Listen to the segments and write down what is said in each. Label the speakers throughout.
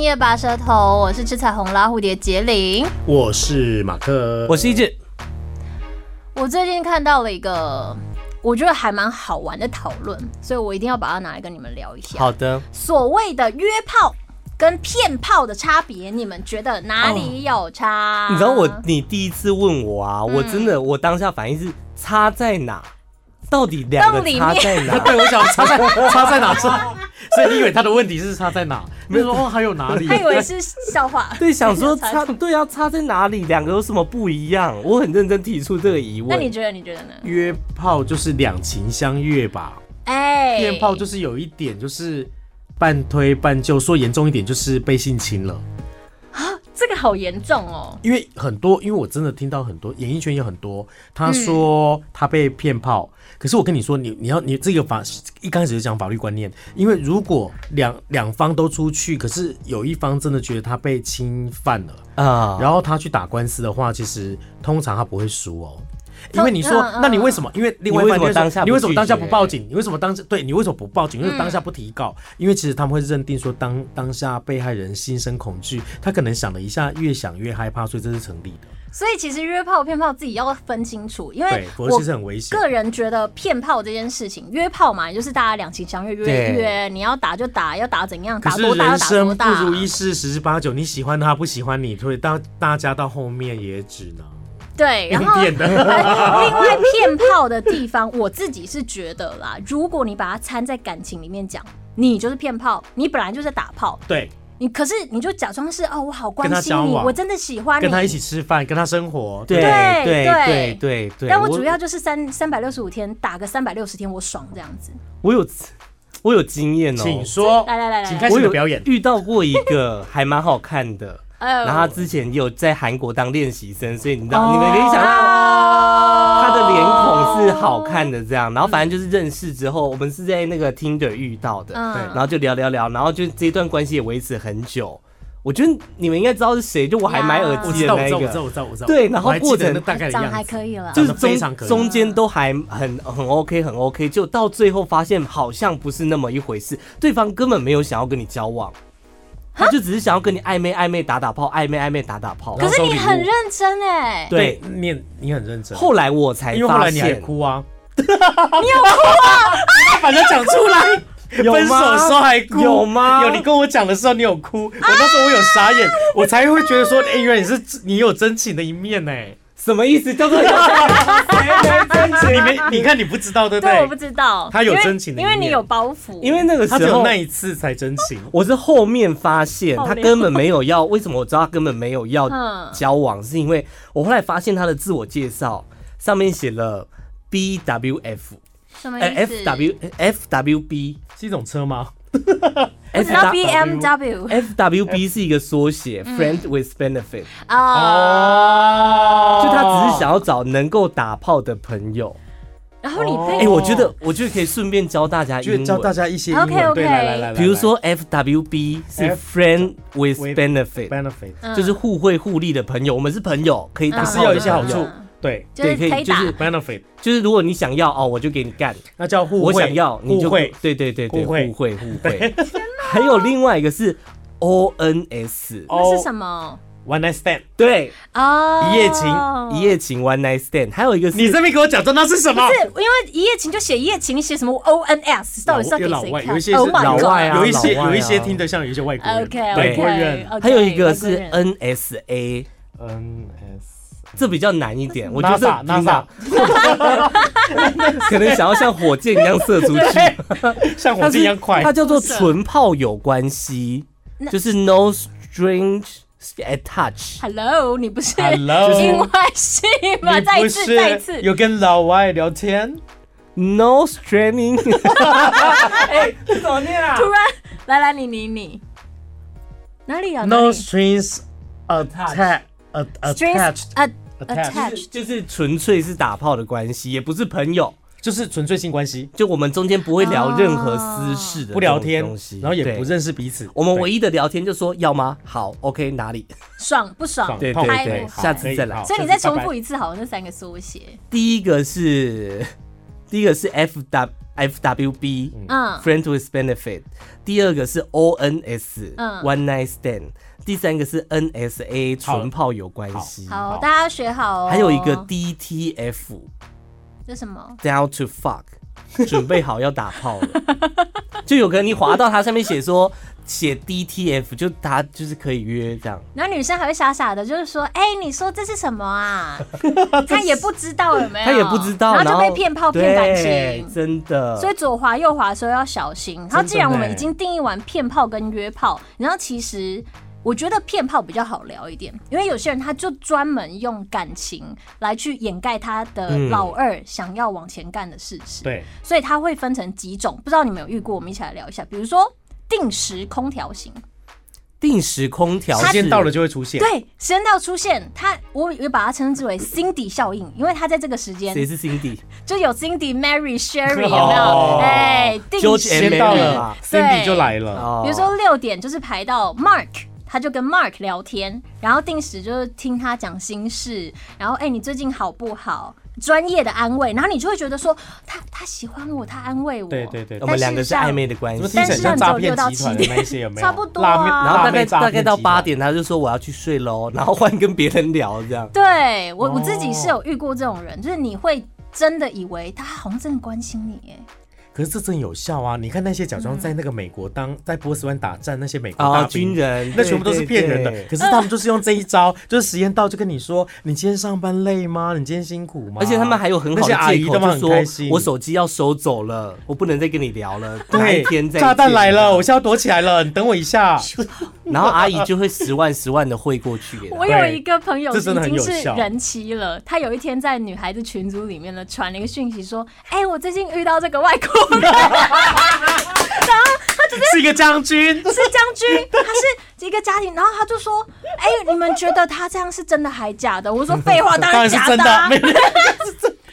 Speaker 1: 夜拔舌头，我是吃彩虹拉蝴蝶杰林。
Speaker 2: 我是马克，
Speaker 3: 我是一只，
Speaker 1: 嗯我最近看到了一个我觉得还蛮好玩的讨论，所以我一定要把它拿来跟你们聊一下。
Speaker 3: 好的，
Speaker 1: 所谓的约炮跟骗炮的差别，你们觉得哪里有差？
Speaker 3: 哦你知道我你第一次问我啊，我真
Speaker 1: 嗯
Speaker 3: 的我当下反应是差在哪？到底两
Speaker 1: 到
Speaker 3: 个
Speaker 1: 里
Speaker 3: 差
Speaker 1: 面
Speaker 3: 在哪？
Speaker 2: 对，我想插在 插在哪插，所以你以为他的问题是插在哪？没有说哦，还有哪里？
Speaker 1: 他以为是笑话。
Speaker 3: 对，想说
Speaker 1: 差
Speaker 3: 差对啊，差在哪里？两个有什么不一样？我很认真提出这个疑
Speaker 1: 那你
Speaker 3: 问。
Speaker 1: 觉得？你觉得呢？
Speaker 2: 约炮就是两情相悦吧，
Speaker 1: 哎、
Speaker 2: 骗炮就是有一点就是半推半就，说严重一点就是被性侵了。
Speaker 1: 这个好严重哦。
Speaker 2: 因为很多，因为我真的听到很多演艺圈有很多，他
Speaker 1: 嗯
Speaker 2: 说他被骗炮，可是我跟你说，你你要你这个法一开始就讲法律观念，因为如果两两方都出去，可是有一方真的觉得他被侵犯了，
Speaker 3: 啊，
Speaker 2: 然后他去打官司的话，其实通常他不会输哦。因为你说
Speaker 1: 嗯嗯，
Speaker 2: 那你为什么？因为另外一
Speaker 3: 你为
Speaker 2: 半
Speaker 3: 什么
Speaker 2: 就说
Speaker 3: 当下
Speaker 2: 你为什么当下
Speaker 3: 不
Speaker 2: 不
Speaker 3: 拒绝
Speaker 2: 报警？你为什么当对你为什么不报警？
Speaker 1: 嗯
Speaker 2: 为什么当下不提告？因为其实他们会认定说当当下被害人心生恐惧，他可能想了一下，越想越害怕，所以这是成立的。
Speaker 1: 所以其实约炮骗炮自己要分清楚，因
Speaker 2: 对
Speaker 1: 为，
Speaker 2: 否则
Speaker 1: 我
Speaker 2: 其实很危险。
Speaker 1: 个人觉得骗炮这件事情，约炮嘛，也就是大家两情相悦约
Speaker 3: 对
Speaker 1: 一约，你要打就打，要打怎样，
Speaker 2: 可
Speaker 1: 打
Speaker 2: 是
Speaker 1: 多大就
Speaker 2: 人
Speaker 1: 打多
Speaker 2: 生
Speaker 1: 大。
Speaker 2: 不如一世十之八九，你喜欢他不喜欢你，所以到大家到后面也只能
Speaker 1: 对，然后
Speaker 2: 用电的。
Speaker 1: 另外骗炮的地方，我自己是觉得啦，如果你把它掺在感情里面讲，你就是骗炮，你本来就是打炮，
Speaker 2: 对，
Speaker 1: 你可是你就假装是哦，我好关
Speaker 2: 跟他
Speaker 1: 心
Speaker 2: 交
Speaker 1: 你，
Speaker 2: 往
Speaker 1: 我真的喜欢你，
Speaker 2: 跟他一起吃饭，跟他生活，
Speaker 3: 对
Speaker 1: 对对
Speaker 3: 对对对对。
Speaker 1: 但我主要就是三三百六十五天打个三百六十天，我爽这样子。
Speaker 3: 我有我有经验哦，
Speaker 2: 请说，
Speaker 1: 来来来来
Speaker 2: 请
Speaker 1: 来
Speaker 2: 开始
Speaker 3: 我
Speaker 2: 你
Speaker 3: 有
Speaker 2: 的表演。
Speaker 3: 遇到过一个还蛮好 看的，
Speaker 1: 哎呦
Speaker 3: 然后他之前也有在韩国当练习生，所以你知道，
Speaker 1: 哦
Speaker 3: 你们可以想到他的脸孔是好看的这样。然后反正就是认识之后，我们是在那个 Tinder 遇到的，
Speaker 1: 嗯
Speaker 3: 对，然后就聊聊聊，然后就这段关系也维持很久。我觉得你们应该知道是谁，就我还买耳
Speaker 2: 我知
Speaker 3: 机的
Speaker 2: 道，我
Speaker 3: 那
Speaker 2: 知道，我知道，
Speaker 3: 个，
Speaker 2: 我知道，我知道。
Speaker 3: 对然后
Speaker 2: 我还记得
Speaker 3: 过程
Speaker 2: 那大概的
Speaker 1: 长
Speaker 2: 样
Speaker 1: 得哎
Speaker 2: 子
Speaker 1: 还可以了，
Speaker 3: 就
Speaker 2: 长
Speaker 3: 是
Speaker 2: 得非常
Speaker 3: 中
Speaker 2: 可以
Speaker 3: 中间都还很很 OK 很 OK，就到最后发现好像不是那么一回事，对方根本没有想要跟你交往。他就只是想要跟你暧昧暧昧打打炮，暧昧暧昧打打炮。
Speaker 1: 可是你
Speaker 2: 然后收礼物
Speaker 1: 很认真哎、
Speaker 3: 对，
Speaker 2: 你很你很认真，
Speaker 3: 后来我才
Speaker 2: 因为后
Speaker 3: 发
Speaker 2: 来你还
Speaker 3: 现，
Speaker 2: 哭啊， 你 有哭啊，把它讲出来。
Speaker 3: 有吗
Speaker 2: 分手的时候还哭
Speaker 3: 有吗
Speaker 2: 有，你跟我讲的时候你有哭，我那
Speaker 1: 啊
Speaker 2: 时候我有傻眼，我才会觉得说，哎，原来你是你有真情的一面呢。
Speaker 3: 什么意 思？叫做谁没真情？
Speaker 2: 你没，你看你不知道对不
Speaker 1: 对，我不
Speaker 2: 对？
Speaker 1: 知道，
Speaker 2: 他有
Speaker 1: 因为
Speaker 2: 真情的一
Speaker 1: 因为你
Speaker 2: 面
Speaker 1: 有包袱，
Speaker 3: 因为那个
Speaker 2: 他只
Speaker 3: 时
Speaker 2: 有
Speaker 3: 候
Speaker 2: 那一次才真情，
Speaker 3: 我是后面发现
Speaker 1: 好
Speaker 3: 他
Speaker 1: 怜
Speaker 3: 根本没有要，为什么我知道他根本没有要
Speaker 1: 嗯
Speaker 3: 交往？是因为我后来发现他的自我介绍上面写了 B W F，
Speaker 1: 什么
Speaker 3: 哎
Speaker 1: 意思
Speaker 3: ，F W F W B
Speaker 2: 是一种车吗？
Speaker 1: 我
Speaker 3: F
Speaker 1: 知道 B
Speaker 3: W
Speaker 1: M
Speaker 2: 哎
Speaker 1: W 嗯
Speaker 3: F W B 是一个缩写，Friend with Benefit，
Speaker 1: 啊，
Speaker 2: 哦
Speaker 3: 就他只是想要找能够打炮的朋友。
Speaker 1: 哦然后你
Speaker 3: 哎、
Speaker 1: 被
Speaker 3: 我觉得，我觉得可以顺便教大家
Speaker 2: 就是
Speaker 3: 英
Speaker 2: 教大
Speaker 3: 文，
Speaker 2: 家一些英文
Speaker 1: OK，OK
Speaker 2: 对，来来来来，
Speaker 3: 比如说 FWB 是
Speaker 2: F-
Speaker 3: Friend with
Speaker 2: with
Speaker 3: Benefit，
Speaker 2: benefit，
Speaker 3: 就是互惠互利的朋友。我们是朋友，可以打
Speaker 1: 嗯
Speaker 2: 是
Speaker 3: 炮
Speaker 2: 要
Speaker 3: 的
Speaker 2: 有一些啊好处
Speaker 3: 朋友
Speaker 1: 嗯，
Speaker 2: 对
Speaker 1: 就是
Speaker 3: 对可以
Speaker 1: 可以
Speaker 3: 就
Speaker 1: 打，
Speaker 3: 是
Speaker 2: benefit，
Speaker 3: 就是如果你想要哦，我就给你干。
Speaker 2: 那叫互惠，
Speaker 3: 我想要，你就
Speaker 2: 互惠，
Speaker 3: 对对对对，
Speaker 2: 互惠
Speaker 3: 互惠互 惠。还有另外一个是 O N S，
Speaker 2: 哦
Speaker 1: 那是什么
Speaker 2: One night stand，
Speaker 3: 对，
Speaker 1: 啊？
Speaker 2: 一夜情
Speaker 3: 一夜情 one night stand，还有一个是
Speaker 2: 你这边给我讲真的是什么？
Speaker 1: 是因为一夜情就写一夜情，你写什么 O N S，到底是要给
Speaker 2: 有老
Speaker 1: 谁
Speaker 2: 外，
Speaker 1: 看？
Speaker 2: 有一些是
Speaker 1: Oh my
Speaker 3: 老外
Speaker 1: God
Speaker 3: 啊
Speaker 2: 有一些
Speaker 3: 老外啊
Speaker 2: 有一些听得像，有一些外国人
Speaker 1: OK
Speaker 2: 外
Speaker 1: OK，
Speaker 2: 国人，
Speaker 1: OK，
Speaker 3: 还哦有一个是
Speaker 1: 外国人
Speaker 3: N S A，
Speaker 2: 嗯，S，
Speaker 3: 这比较难一点，我觉得
Speaker 2: NASA
Speaker 3: 比较可能想要像火箭一样射出去，
Speaker 2: NASA，像火
Speaker 3: 它
Speaker 2: 箭
Speaker 3: 是
Speaker 2: 一样快
Speaker 3: 它，叫做纯炮友关系，就是 no strange attach。
Speaker 1: Hello，你不是
Speaker 2: Hello
Speaker 1: 因为是吗？再
Speaker 2: 你
Speaker 1: 一
Speaker 2: 不
Speaker 1: 次，再一次
Speaker 2: 是，有跟老外聊天？
Speaker 3: No straining，
Speaker 1: 突然来来，你你你哪里啊
Speaker 2: No strings attached. a-
Speaker 1: strings
Speaker 2: Attached，
Speaker 1: a-
Speaker 2: Attached
Speaker 1: 呃 attached，
Speaker 3: 就是纯粹是打炮的关系，也不是朋友，
Speaker 2: 就是纯粹性关系，
Speaker 3: 就我们中间不会聊任何私事的
Speaker 2: 啊不聊天
Speaker 3: 这种东西，，
Speaker 2: 然后也
Speaker 3: 对
Speaker 2: 不。认识彼此。
Speaker 3: 我们
Speaker 2: 对
Speaker 3: 唯一的聊天就说要吗？好，OK，哪里？
Speaker 1: 爽不爽？
Speaker 3: 对
Speaker 2: 胖
Speaker 3: 对
Speaker 2: 胖
Speaker 1: 对
Speaker 2: 胖
Speaker 3: 下次
Speaker 2: 可以
Speaker 3: 再来
Speaker 2: 好
Speaker 1: 所以你再
Speaker 2: 下次
Speaker 1: 重
Speaker 2: 拜拜
Speaker 1: 复一次好，那三个缩写。
Speaker 3: 第一个是，第一个是 F W FWB，
Speaker 1: 嗯
Speaker 3: f r i e n d with benefit，第二个是 ONS，
Speaker 1: 嗯
Speaker 3: o n e night stand，第三个是 NSA，
Speaker 2: 好
Speaker 3: 纯炮友关系，
Speaker 1: 嗯好，
Speaker 2: 好
Speaker 1: 大家学好哦。
Speaker 3: 还有一个 DTF，
Speaker 1: 这什么？
Speaker 3: down to fuck，准备好要打炮了。 就有个人你滑到它上面写说写 DTF，就他就是可以约这样。
Speaker 1: 然后女生还会傻傻的，就是说，哎、你说这是什么啊？ 她也不知道有没有，
Speaker 3: 他也不知道，
Speaker 1: 然后
Speaker 3: 然
Speaker 1: 就被骗炮骗感
Speaker 3: 对
Speaker 1: 情。
Speaker 3: 真的。
Speaker 1: 所以左滑右滑的时候要小心。然后既然我们已
Speaker 3: 呢
Speaker 1: 经定义完骗炮跟约炮，然后其实我觉得骗炮比较好聊一点，因为有些人他就专门用感情来去掩盖他的
Speaker 3: 嗯
Speaker 1: 老二想要往前干的事实。
Speaker 2: 对，
Speaker 1: 所以它会分成几种，不知道你们有遇过？我们一起来聊一下。比如说定时空调型，
Speaker 3: 定时空调
Speaker 2: 时间
Speaker 3: 是
Speaker 2: 到了就会出现。
Speaker 1: 对，时间到出现，它我也把它称之为 Cindy 效应，因为它在这个时间
Speaker 3: 谁 是 Cindy？
Speaker 1: 就有 Cindy、Mary、Sherry 有没有？
Speaker 2: 哦
Speaker 1: 哎、定
Speaker 3: George
Speaker 1: 时。
Speaker 3: and
Speaker 2: 时间到
Speaker 3: 对
Speaker 2: 了，Cindy 就来了。
Speaker 3: 哦
Speaker 1: 比如说六点就是排到 Mark，他就跟 Mark 聊天，然后定时就是听他讲心事，然后哎、你最近好不好？专业的安慰，然后你就会觉得说他他喜欢我，他安慰我。
Speaker 2: 对对对
Speaker 1: 但
Speaker 3: 我们两个
Speaker 1: 事实
Speaker 3: 是
Speaker 1: 上
Speaker 3: 暧昧的关
Speaker 2: 怎
Speaker 3: 系
Speaker 2: 么，听起来像诈骗集团的那一些有没有？
Speaker 1: 差不多啊
Speaker 2: 辣妹
Speaker 3: 然后大
Speaker 2: 辣妹
Speaker 3: 概
Speaker 2: 诈
Speaker 3: 大
Speaker 2: 骗
Speaker 3: 概到
Speaker 2: 集团
Speaker 3: 八点，他就说我要去睡喽，然后换跟别人聊这样。
Speaker 1: 对我我自己是有遇过这种人，就是你会真的以为他好像真的关心你，哎，
Speaker 2: 可是这真有效啊！你看那些假装在那个美国当在波斯湾打战那些美国
Speaker 3: 啊
Speaker 2: 大兵
Speaker 3: 军人
Speaker 2: 那
Speaker 3: 对
Speaker 2: 全部都是骗人的
Speaker 3: 对对。
Speaker 2: 可是他们就是用这一招，就是时间到就跟你说：“你今天上班累吗？你今天辛苦吗？”
Speaker 3: 而且他们还有很
Speaker 2: 那
Speaker 3: 好
Speaker 2: 些
Speaker 3: 的
Speaker 2: 阿
Speaker 3: 借
Speaker 2: 姨
Speaker 3: 口，
Speaker 2: 他们
Speaker 3: 就
Speaker 2: 很开
Speaker 3: 说
Speaker 2: 心。
Speaker 3: 我手机要收走了，我不能再跟你聊了，哪一
Speaker 2: 对
Speaker 3: 天再见
Speaker 2: 炸弹来了，我现在要躲起来了，你等我一 下。
Speaker 3: 然后阿姨就会十万十万的汇过去给
Speaker 1: 我
Speaker 3: 他。
Speaker 1: 有一个朋友已
Speaker 2: 这真的很
Speaker 1: 经
Speaker 2: 有
Speaker 1: 是
Speaker 2: 效
Speaker 1: 人妻了，他有一天在女孩子群组里面呢传了一个讯息说：“哎、我最近遇到这个外国人
Speaker 2: 是一个将军，
Speaker 1: 是将军，他是一个家庭。”然后他就说：“哎、你们觉得他这样是真的还假的？”我说：“废话，
Speaker 2: 当然是
Speaker 1: 假
Speaker 2: 真
Speaker 1: 的、啊。
Speaker 2: 的。没 有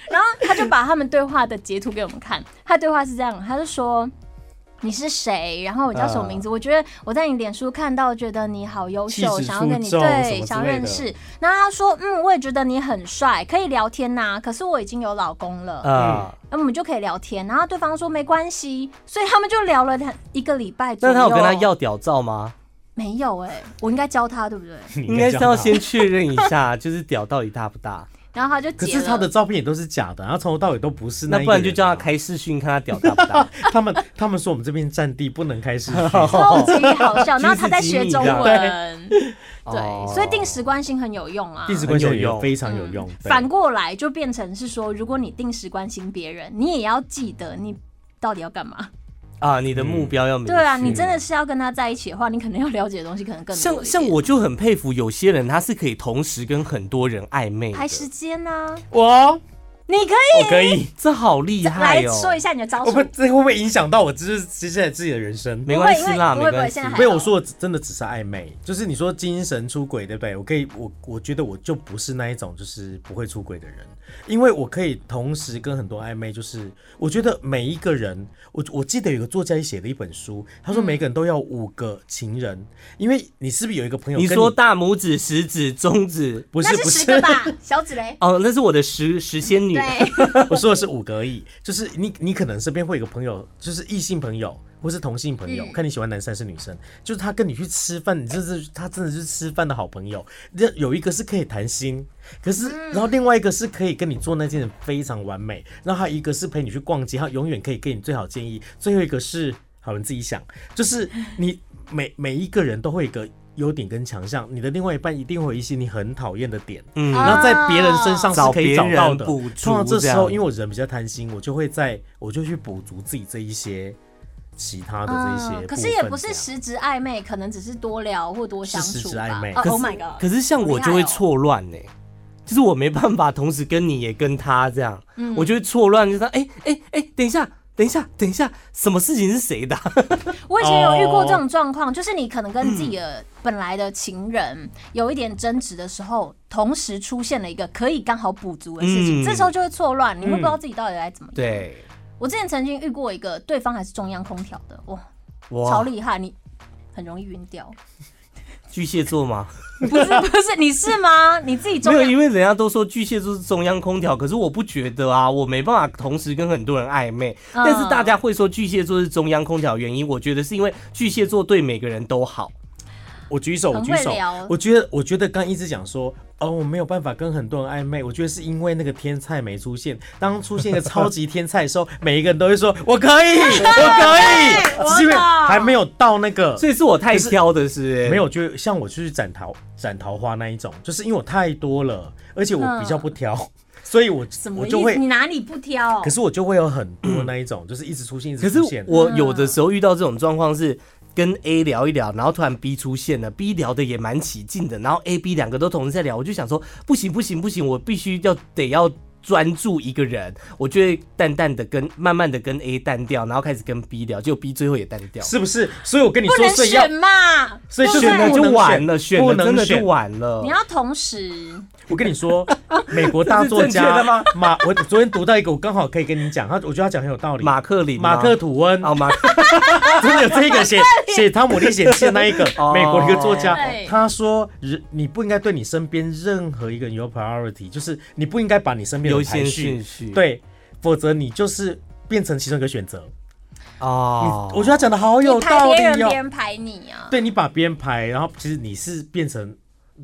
Speaker 1: 然后他就把他们对话的截图给我们看，他对话是这样，他就说。你是谁？然后我叫什么名字？我觉得我在你脸书看到，觉得你好优
Speaker 2: 啊气质
Speaker 1: 秀，
Speaker 2: 出
Speaker 1: 想要跟你
Speaker 2: 众什
Speaker 1: 对，
Speaker 2: 么
Speaker 1: 想要
Speaker 2: 之类
Speaker 1: 认
Speaker 2: 的
Speaker 1: 识。然后他说，嗯，我也觉得你很帅，可以聊天呐、可是我已经有老公了，
Speaker 3: 啊，
Speaker 1: 那我们就可以聊天。然后对方说没关系，所以他们就聊了两一个礼拜左
Speaker 3: 那
Speaker 1: 右。
Speaker 3: 他有跟他？要屌照吗？
Speaker 1: 没有哎、我应该教他对不对？
Speaker 3: 应该是要。先确认 一下，就是屌到底大不大？
Speaker 1: 然后他就
Speaker 2: 可
Speaker 1: 结
Speaker 2: 是
Speaker 1: 了。
Speaker 2: 他的照片也都是假的，然后从头到尾都不是
Speaker 3: 那
Speaker 2: 一
Speaker 3: 不
Speaker 2: 个
Speaker 3: 然就
Speaker 2: 人
Speaker 3: 叫他
Speaker 2: 啊
Speaker 3: 开视讯看他屌大不大。
Speaker 2: 他们他们说我们这边占地不能开视 讯，
Speaker 1: 超级好笑，然后他在学中
Speaker 3: 橘子
Speaker 1: 文， 对，
Speaker 3: 哦
Speaker 1: 所以定时关心很有用啊
Speaker 2: 地。址关系
Speaker 3: 很有用
Speaker 2: 非常有用。对
Speaker 1: 反过来就变成是说，如果你定时关心别人，你也要记得你到底要干嘛。
Speaker 3: 啊，你的目标要明确。
Speaker 1: 对啊，你
Speaker 3: 嗯
Speaker 1: 真的是要跟他在一起的话，你可能要了解的东西可能更多一
Speaker 3: 像
Speaker 1: 点。
Speaker 3: 像我就很佩服有些人，他是可以同时跟很多人暧昧的
Speaker 1: 排时间呢，
Speaker 2: 我
Speaker 1: 你可
Speaker 2: 我可以，
Speaker 3: 这好厉
Speaker 1: 以来
Speaker 3: 害哦！
Speaker 1: 说一下你的招
Speaker 2: 我
Speaker 1: 数
Speaker 2: 不。这会不会影响到我就是现在自己的人生？
Speaker 3: 没关系啦，
Speaker 1: 不
Speaker 3: 没
Speaker 1: 会不会不
Speaker 3: 关
Speaker 1: 会
Speaker 3: 系
Speaker 1: 现在。还
Speaker 2: 没有，我说的真的只是暧昧，就是你说精神出轨，对不对？我可以，我我觉得我就不是那一种就是不会出轨的人，因为我可以同时跟很多暧昧。就是我觉得每一个人，我我记得有个作家也写了一本书，他
Speaker 1: 嗯
Speaker 2: 说每个人都要五个情人，因为你是不是有一个朋友
Speaker 3: 你
Speaker 2: 跟
Speaker 3: 说大拇指、食指、中指，
Speaker 2: 不
Speaker 1: 那
Speaker 2: 是
Speaker 1: 是
Speaker 2: 不
Speaker 1: 十
Speaker 2: 是
Speaker 1: 个吧，小指雷。
Speaker 3: 哦，那是我的石石仙女。
Speaker 1: 对，
Speaker 2: 我说的是五个而已，就是你你可能身边会有一个朋友，就是异性朋友或是同性朋友，
Speaker 1: 嗯
Speaker 2: 看你喜欢男生还是女生，就是他跟你去吃饭，你就是他真的是吃饭的好朋友。那有一个是可以谈心，可是然后另外一个是可以跟你做那件非常完美，然后还有一个是陪你去逛街，他永远可以给你最好建议。最后一个是好，你自己想，就是你每每一个人都会有一个。优点跟强项，你的另外一半一定会有一些你很讨厌的点，
Speaker 3: 嗯
Speaker 2: 然后在别人身上是可以找到的。
Speaker 3: 找别人补足
Speaker 2: 通常这时
Speaker 3: 这
Speaker 2: 候，
Speaker 3: 样
Speaker 2: 因为我人比较贪心，我就会在我就去补足自己这一些其他的这一些部分、
Speaker 1: 嗯可是也不是
Speaker 2: 这样
Speaker 1: 实质暧昧，可能只是多聊或多相
Speaker 2: 是实
Speaker 1: 处
Speaker 2: 质
Speaker 1: 吧。
Speaker 2: 暧昧
Speaker 1: 哦
Speaker 3: 可
Speaker 1: oh
Speaker 3: 是
Speaker 1: my god！哦
Speaker 3: 可是像我就会错乱呢、就是我没办法同时跟你也跟他这样，
Speaker 1: 嗯
Speaker 3: 我就会错乱，就是哎哎哎，等一下，等一下，等一下，什么事情是谁的啊、
Speaker 1: 我以前有遇过这
Speaker 2: 哦
Speaker 1: 种状况，就是你可能跟 自己的本来的情人有一点争执的时候，同时出现了一个可以刚好补足的事情，
Speaker 3: 嗯
Speaker 1: 这时候就会错乱，你会不知道
Speaker 2: 嗯
Speaker 1: 自己到底该怎么。
Speaker 3: 对，
Speaker 1: 我之前曾经遇过一个对方还是中央空调的，哇，超
Speaker 3: 哇，
Speaker 1: 厉害，你很容易晕掉。
Speaker 3: 巨蟹座吗？
Speaker 1: 不是不是，你是吗？你自己中
Speaker 3: 没有，
Speaker 1: 央
Speaker 3: 因为人家都说巨蟹座是中央空调，可是我不觉得啊，我没办法同时跟很多人暧昧。
Speaker 1: 嗯
Speaker 3: 但是大家会说巨蟹座是中央空调的原因，我觉得是因为巨蟹座对每个人都好。
Speaker 2: 我举手，我
Speaker 1: 很
Speaker 2: 举
Speaker 1: 会
Speaker 2: 手
Speaker 1: 聊。
Speaker 2: 我觉得，我觉得刚一直讲说，哦，我没有办法跟很多人暧昧。我觉得是因为那个天菜没出现。当出现一个超级天菜的时候， 每一个人都会说我可 以，我可
Speaker 1: 我
Speaker 2: 以，只是因为
Speaker 1: 懂
Speaker 2: 还没有到那个。
Speaker 3: 所以是我太挑的是不是
Speaker 2: 没，有，就像我去斩桃斩桃花那一种，就是因为我太多了，而且我比较不挑，所以我
Speaker 1: 嗯什么
Speaker 2: 我
Speaker 1: 意
Speaker 2: 就
Speaker 1: 思？
Speaker 2: 会
Speaker 1: 你，哪里不挑
Speaker 2: 可？是我就会有很多那一 种，就是一直出现，一
Speaker 3: 可
Speaker 2: 直
Speaker 3: 是
Speaker 2: 出现。
Speaker 3: 我
Speaker 1: 嗯
Speaker 3: 有的时候遇到这种状况是。跟 A 聊一聊，然后突然 B 出现了，B 聊的也蛮起劲的，然后 A、B 两个都同时在聊，我就想说不行不行不行，我必须要得要专注一个人，我就会淡淡的跟慢慢的跟 A 淡掉，然后开始跟 B 聊，结果 B 最后也淡掉，
Speaker 2: 是不是？所以我跟你
Speaker 1: 不
Speaker 2: 说，
Speaker 1: 能
Speaker 2: 所以要
Speaker 1: 选，嘛，
Speaker 2: 所以
Speaker 1: 对不
Speaker 2: 就是
Speaker 1: 对
Speaker 3: 选了
Speaker 2: 不
Speaker 3: 就
Speaker 2: 能
Speaker 3: 完了，
Speaker 2: 选
Speaker 3: 选了
Speaker 2: 不能
Speaker 3: 真的就
Speaker 2: 选
Speaker 3: 完了
Speaker 1: 你。要同时
Speaker 2: 我跟你说，美国大作
Speaker 3: 这是正确
Speaker 2: 家
Speaker 3: 的吗
Speaker 2: 马，我昨天读到一个，我刚好可以跟你讲，他我觉得他讲很有道理。
Speaker 3: 马克里
Speaker 2: 马克吐温
Speaker 3: 啊马克，
Speaker 2: 真的有 这个写写《汤姆历险记》的那一个
Speaker 3: 哦
Speaker 2: 美国的一个作家
Speaker 1: 对，
Speaker 2: 他说人你不应该对你身边任何一个人有 priority，就是你不应该把你身边的
Speaker 3: 优
Speaker 2: 人排
Speaker 3: 先
Speaker 2: 序
Speaker 3: 顺，序
Speaker 2: 对，否则你就是变成其中一个选择。
Speaker 3: 哦
Speaker 2: 我觉得他讲的好有
Speaker 1: 你排
Speaker 2: 道
Speaker 1: 别
Speaker 2: 理
Speaker 1: 人，别
Speaker 2: 哦。
Speaker 1: 人排你啊。
Speaker 2: 对你把别人排，然后其实你是变成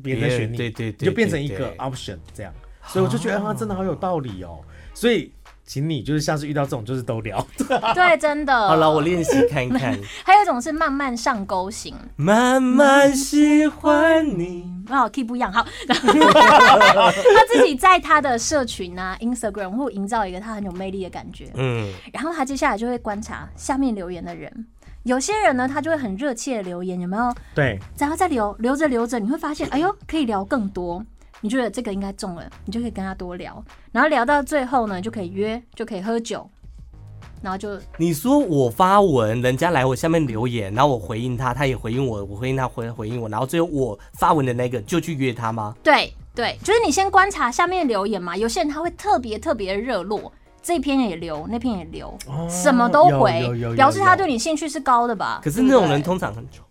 Speaker 2: 别人在选你，
Speaker 3: 别人对对对
Speaker 2: 你就变成一
Speaker 3: 对
Speaker 2: 个
Speaker 3: 对
Speaker 2: option 这样，所以我就觉得啊他真的好有道理哦。所以，请你就是下次遇到这种就是都 聊，
Speaker 1: 对，真的。
Speaker 3: 好了，我练习看 看，
Speaker 1: 还有一种是慢慢上钩型，
Speaker 3: 慢慢喜欢你。
Speaker 1: 哦，key 不一样。 好，然后他自己在他的社群啊、Instagram 会营造一个他很有魅力的感觉。
Speaker 3: 嗯，
Speaker 1: 然后他接下来就会观察下面留言的人，有些人呢，他就会很热切的留言，有没有？
Speaker 2: 对，
Speaker 1: 然后再留留着留着，你会发现，哎呦，可以聊更多。你觉得这个应该中了，你就可以跟他多聊，然后聊到最后呢，就可以约，就可以喝酒，然后就
Speaker 3: 你说我发文，人家来我下面留言，然后我回应他，他也回应我，我回应他回回应我，然后最后我发文的那个就去约他吗？
Speaker 1: 对对，就是你先观察下面留言嘛，有些人他会特别特别热络，这篇也留，那篇也留，
Speaker 2: 哦
Speaker 1: 什么都回
Speaker 2: 有有有，有
Speaker 1: 表示他
Speaker 2: 有
Speaker 1: 对你兴趣是高的吧？
Speaker 3: 可是那种
Speaker 1: 对
Speaker 3: 人
Speaker 1: 不对
Speaker 3: 通常很丑。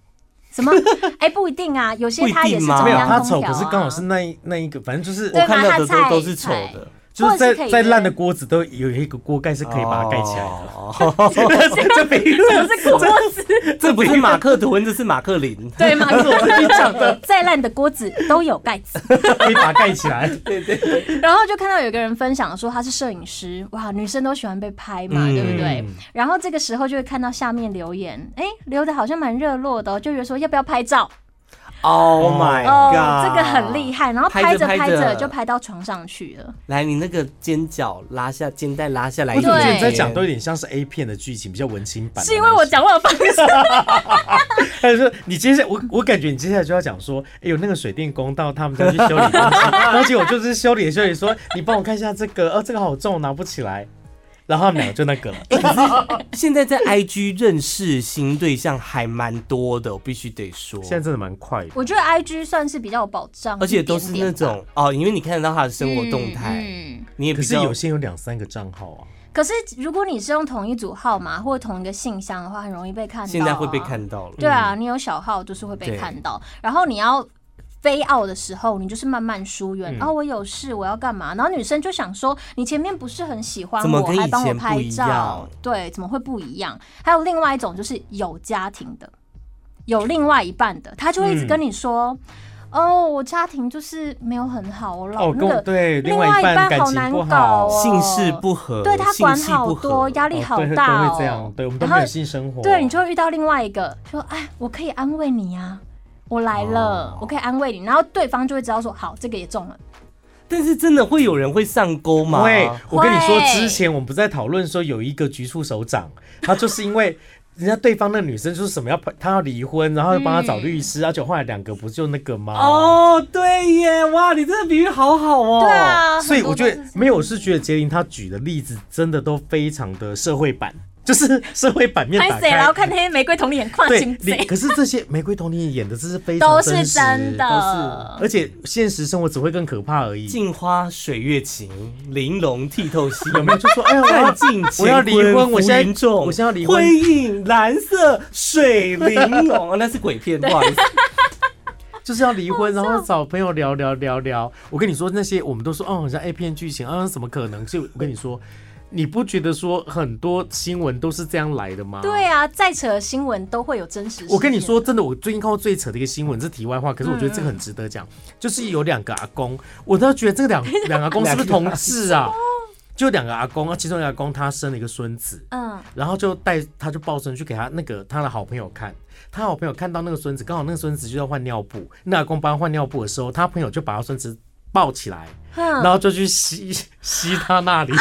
Speaker 1: 什么？哎、不一定啊，有些
Speaker 3: 不一
Speaker 1: 他也
Speaker 3: 定
Speaker 1: 是
Speaker 3: 吗
Speaker 1: 中
Speaker 2: 没有
Speaker 1: 央
Speaker 2: 他
Speaker 1: 空
Speaker 2: 丑，
Speaker 1: 调、啊、
Speaker 2: 可是刚好是那一那一个，反正就是
Speaker 1: 对
Speaker 3: 我看到
Speaker 1: 那
Speaker 3: 的
Speaker 1: 他
Speaker 3: 都都是
Speaker 1: 菜
Speaker 3: 丑的，
Speaker 2: 就是
Speaker 1: 或者
Speaker 2: 在
Speaker 1: 是可以
Speaker 2: 在烂 的
Speaker 1: 约
Speaker 2: 锅子都有一个锅盖是可以把它盖起来的。
Speaker 3: 哦，
Speaker 2: 这没这
Speaker 1: 这锅子，
Speaker 3: 这不是马克吐温，这是马克 林。
Speaker 1: 对 吗？ 再烂的锅子都有盖子。
Speaker 2: 可以把它盖起来。
Speaker 1: 然后就看到有个人分享说他是摄影师，哇，女生都喜欢被拍嘛，
Speaker 3: 嗯
Speaker 1: 对不对？然后这个时候就会看到下面留言，哎，留的好像蛮热络的、哦，就觉得说要不要拍照？
Speaker 3: Oh my
Speaker 1: 哦，
Speaker 3: god，
Speaker 1: 这个很厉害。然后
Speaker 3: 拍
Speaker 1: 拍
Speaker 3: 着
Speaker 1: 着
Speaker 3: 拍
Speaker 1: 拍
Speaker 3: 着
Speaker 1: 着就拍到床上去了。
Speaker 3: 来，你那个肩角拉下，肩带拉下来一
Speaker 2: 我
Speaker 1: 对
Speaker 2: 怎么觉
Speaker 3: 点
Speaker 2: 得你在
Speaker 3: 点。
Speaker 2: 讲都有点像是 A 片的剧情，比较文青版的那种。
Speaker 1: 是因为我讲话的方式，
Speaker 2: 还是说你接下来，我我感觉你接下来就要讲说，哎呦，那个水电工到他们家去修理东西，而且我就是修理修理，说 你帮我看一下这个，哦，这个好重，拿不起来。然后他们俩就那个了，
Speaker 3: 现在在 IG 认识新对象还蛮多的，我必须得说。
Speaker 2: 现在真的蛮快的。
Speaker 1: 我觉得 I G 算是比较有保障，
Speaker 3: 而且都是那种哦，因为你看得到他的生活动态，
Speaker 1: 嗯嗯
Speaker 3: 你也
Speaker 2: 可
Speaker 3: 比
Speaker 2: 是
Speaker 3: 较
Speaker 2: 有些有两三个账号啊，
Speaker 1: 可是如果你是用同一组号码或者同一个信箱的话，很容易被看到、
Speaker 3: 现在会被。看到了。
Speaker 1: 对啊，
Speaker 2: 嗯
Speaker 1: 你有小号就是会被
Speaker 3: 对
Speaker 1: 看到，然后你要。非傲的时候，你就是慢慢疏远。
Speaker 2: 嗯
Speaker 1: 哦，我有事，我要干嘛？然后女生就想说，你前面不是很喜欢
Speaker 3: 怎么
Speaker 1: 我，
Speaker 3: 跟以前
Speaker 1: 还帮我拍
Speaker 3: 不一
Speaker 1: 照
Speaker 3: 样，
Speaker 1: 对，怎么会不一样？还有另外一种就是有家庭的，有另外一半的，他就会一直
Speaker 2: 嗯
Speaker 1: 跟你说，哦，我家庭就是没有很好，我老、
Speaker 2: 哦，跟
Speaker 1: 那
Speaker 2: 我
Speaker 1: 个
Speaker 2: 对
Speaker 1: 另
Speaker 2: 外
Speaker 1: 外一
Speaker 2: 半
Speaker 1: 半
Speaker 2: 感
Speaker 1: 好
Speaker 2: 情
Speaker 1: 难
Speaker 2: 不
Speaker 1: 搞
Speaker 2: 好，
Speaker 1: 哦，
Speaker 3: 姓氏不合，
Speaker 1: 对他管
Speaker 3: 姓氏
Speaker 1: 好
Speaker 3: 不
Speaker 1: 多
Speaker 3: 合，
Speaker 1: 压力
Speaker 2: 哦
Speaker 1: 好
Speaker 2: 对
Speaker 1: 大
Speaker 2: 都
Speaker 1: 哦。
Speaker 2: 会这样，对我们都
Speaker 1: 然
Speaker 2: 没
Speaker 1: 后
Speaker 2: 有性生活，
Speaker 1: 对，你就会遇到另外一个说，哎，我可以安慰你啊，我来了，
Speaker 2: 啊
Speaker 1: 我可以安慰你。然后对方就会知道说，好，
Speaker 2: 哦
Speaker 1: 这个也中了。
Speaker 3: 但是真的会有人会上钩吗？
Speaker 2: 会，我跟你说，
Speaker 1: 会
Speaker 2: 之前我们不是在讨论说有一个局处首长，他就是因为人家对方那女生就是什么要他要离婚，然后要帮他找律
Speaker 1: 嗯
Speaker 2: 师，而且后来两个不就那个吗？，
Speaker 3: 哦，对耶，哇，你这个比喻好好哦。
Speaker 1: 对，啊，
Speaker 2: 所以
Speaker 1: 很多
Speaker 2: 我觉
Speaker 1: 都是
Speaker 2: 得
Speaker 1: 这样
Speaker 2: 没有，我是觉得杰林他举的例子真的都非常的社会版， 就是社会版面打
Speaker 1: 拍谁，然
Speaker 2: 开
Speaker 1: 后。看黑玫瑰瞳眼跨
Speaker 2: 对，
Speaker 1: 行
Speaker 2: 你
Speaker 1: 贼
Speaker 2: 可是这些玫瑰童年演的真是非常
Speaker 1: 都是
Speaker 2: 真实
Speaker 1: 真
Speaker 3: 都
Speaker 1: 的。
Speaker 2: 而且现实生活只会更可怕而已。
Speaker 3: 镜花水月情，玲珑剔透心。
Speaker 2: 有没有就说哎呀，我要
Speaker 3: 看尽乾坤
Speaker 2: 我要离婚我现在
Speaker 3: 浮云中
Speaker 2: 我现在要离婚
Speaker 3: 灰影蓝色水玲珑，哦那是鬼片，不好意思。
Speaker 2: 就是要离婚，然后找朋友聊聊聊聊。我跟你说，那些我们都说哦，很像 A 片剧情啊，怎么可能？所以我跟你说，你不觉得说很多新闻都是这样来的吗？
Speaker 1: 对啊，再扯的新闻都会有真实。
Speaker 2: 我跟你，说，真的，我最近看过最扯的一个新闻，这题外话，可是我觉得这个很值得讲，就是有两个阿公，我都觉得这两两个阿公是不是同志啊？就两个阿公，啊其中一个阿公他生了一个孙子，
Speaker 1: 嗯，
Speaker 2: 然后就带他就抱孙去给他那个他的好朋友看，他好朋友看到那个孙子，刚好那个孙子就要换尿布，那阿公帮他换尿布的时候，他朋友就把他孙子抱起来，
Speaker 3: 嗯
Speaker 2: 然
Speaker 1: 哼，
Speaker 2: 后就去吸 吸他那里。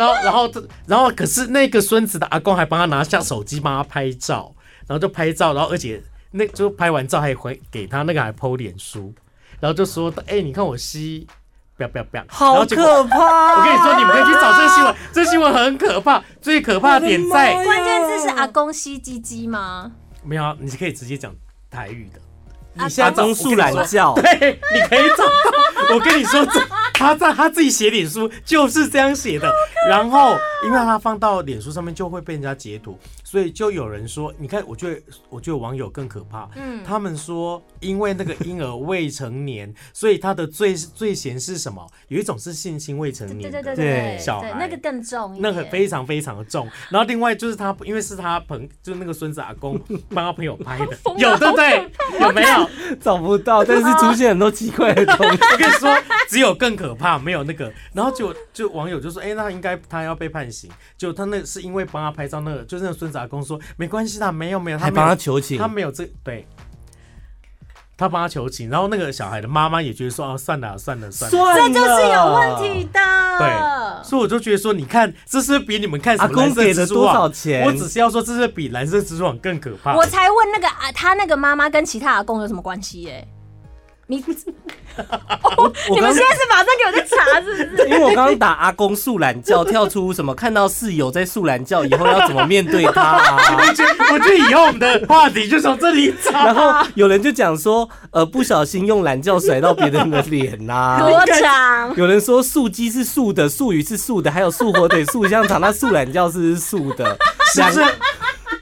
Speaker 2: 然后，然后这，然后可是那个孙子的阿公还帮他拿下手机帮他拍照，然后就拍照，然后而且那就拍完照还回给他那个还 PO 脸书，然后就说：“哎、你看我吸，不要不要不要。”然后
Speaker 3: 好
Speaker 2: 结果
Speaker 3: 可 怕！
Speaker 1: 啊
Speaker 2: 我跟你说，你们可以去找这个 新闻，这新闻很可怕，最可怕的点
Speaker 3: 我的妈
Speaker 2: 在
Speaker 3: 呀
Speaker 1: 关键字是阿公吸鸡鸡吗？
Speaker 2: 没有啊，你可以直接讲台语的。
Speaker 3: 你现在公树 懒觉，
Speaker 2: 对，你可以找到。我跟你说，这他在他自己写脸书就是这样写 的。然后，因为他放到脸书上面就会被人家截图，所以就有人说，你看，我觉得我觉得网友更可怕。
Speaker 1: 嗯
Speaker 2: 他们说，因为那个婴儿未成年，所以他的罪罪嫌是什么？有一种是性侵未成
Speaker 1: 对
Speaker 2: 年
Speaker 1: 对
Speaker 2: 的，
Speaker 1: 对对
Speaker 3: 对
Speaker 1: 对，
Speaker 2: 小
Speaker 1: 对
Speaker 2: 孩
Speaker 1: 那个更重一点，
Speaker 2: 那个非常非常 的重。然后另外就是他，因为是他朋，就是那个孙子阿公 帮他朋友拍的，
Speaker 1: 疯了
Speaker 2: 有对不对？有没有？
Speaker 3: 找不到，但是出现很多奇怪的东西。
Speaker 2: 我跟你说，只有更可怕，没有那个。然后就就网友就说，哎、那应该他要被判刑。就他那是因为帮他拍照那个，就是那个孙子阿公说，没关系啦，没有没有，他
Speaker 3: 还
Speaker 2: 没
Speaker 3: 帮他
Speaker 2: 有，
Speaker 3: 求情
Speaker 2: 他，没有这对。他帮他求情，然后那个小孩的妈妈也觉得说，哦，算了算了算了。
Speaker 1: 这
Speaker 3: 这
Speaker 1: 就是有问题。的。
Speaker 2: 所以我就觉得说，你看，这是不是比你们看什
Speaker 3: 阿
Speaker 2: 么蓝
Speaker 3: 公
Speaker 2: 色
Speaker 3: 给
Speaker 2: 蜘
Speaker 3: 了
Speaker 2: 蛛
Speaker 3: 多少
Speaker 2: 网？
Speaker 3: 钱？
Speaker 2: 我只是要说，这是比蓝色蜘蛛网更可怕。
Speaker 1: 我才问那个啊，他那个妈妈跟其他阿公有什么关系？哎， 你你们现在是马上给我在查是不是？
Speaker 3: 因为我刚刚打阿公素懒觉，跳出什么看到室友在素懒觉以后要怎么面对他、啊？
Speaker 2: 我觉得我觉得以后我们的话题就从这里找。
Speaker 3: 然后有人就讲说，呃，不小心用懒觉甩到别人的脸呐、
Speaker 1: 多 长？
Speaker 3: 有人说素鸡是素的，素鱼是素的，还有素火腿、素香肠，那素懒觉是素的，
Speaker 2: 是不是？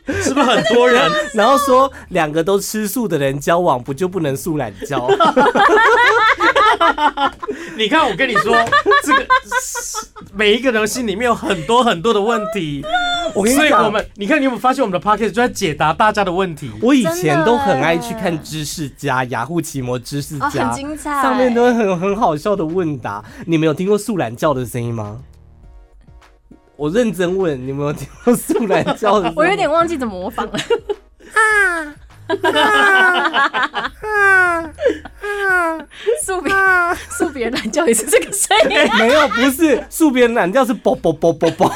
Speaker 2: 是不是很多人？
Speaker 3: 然后说两个都吃素的人交往，不就不能 素懒觉？
Speaker 2: 你看，我跟你说，这个每一个人心里面有很多很多的问题。
Speaker 3: 我跟你
Speaker 2: 所以
Speaker 3: 讲，
Speaker 2: 我们，你看，你有没有发现我们的 podcast 就在解答大家的问题？
Speaker 3: 我以前都很爱去看知识家，雅虎奇摩知识
Speaker 1: 哦，
Speaker 3: 家，
Speaker 1: 很精彩。
Speaker 3: 上面都会很很好笑的问答。你们有听过素懒教的声音吗？我认真问，你们有听过素懒教的声 音？
Speaker 1: 我 有点忘记怎么模仿 了。啊啊 素别素别人懒觉也是这个声音，哎呦
Speaker 3: 没有，不是素别人懒觉是啵啵啵 啵啵。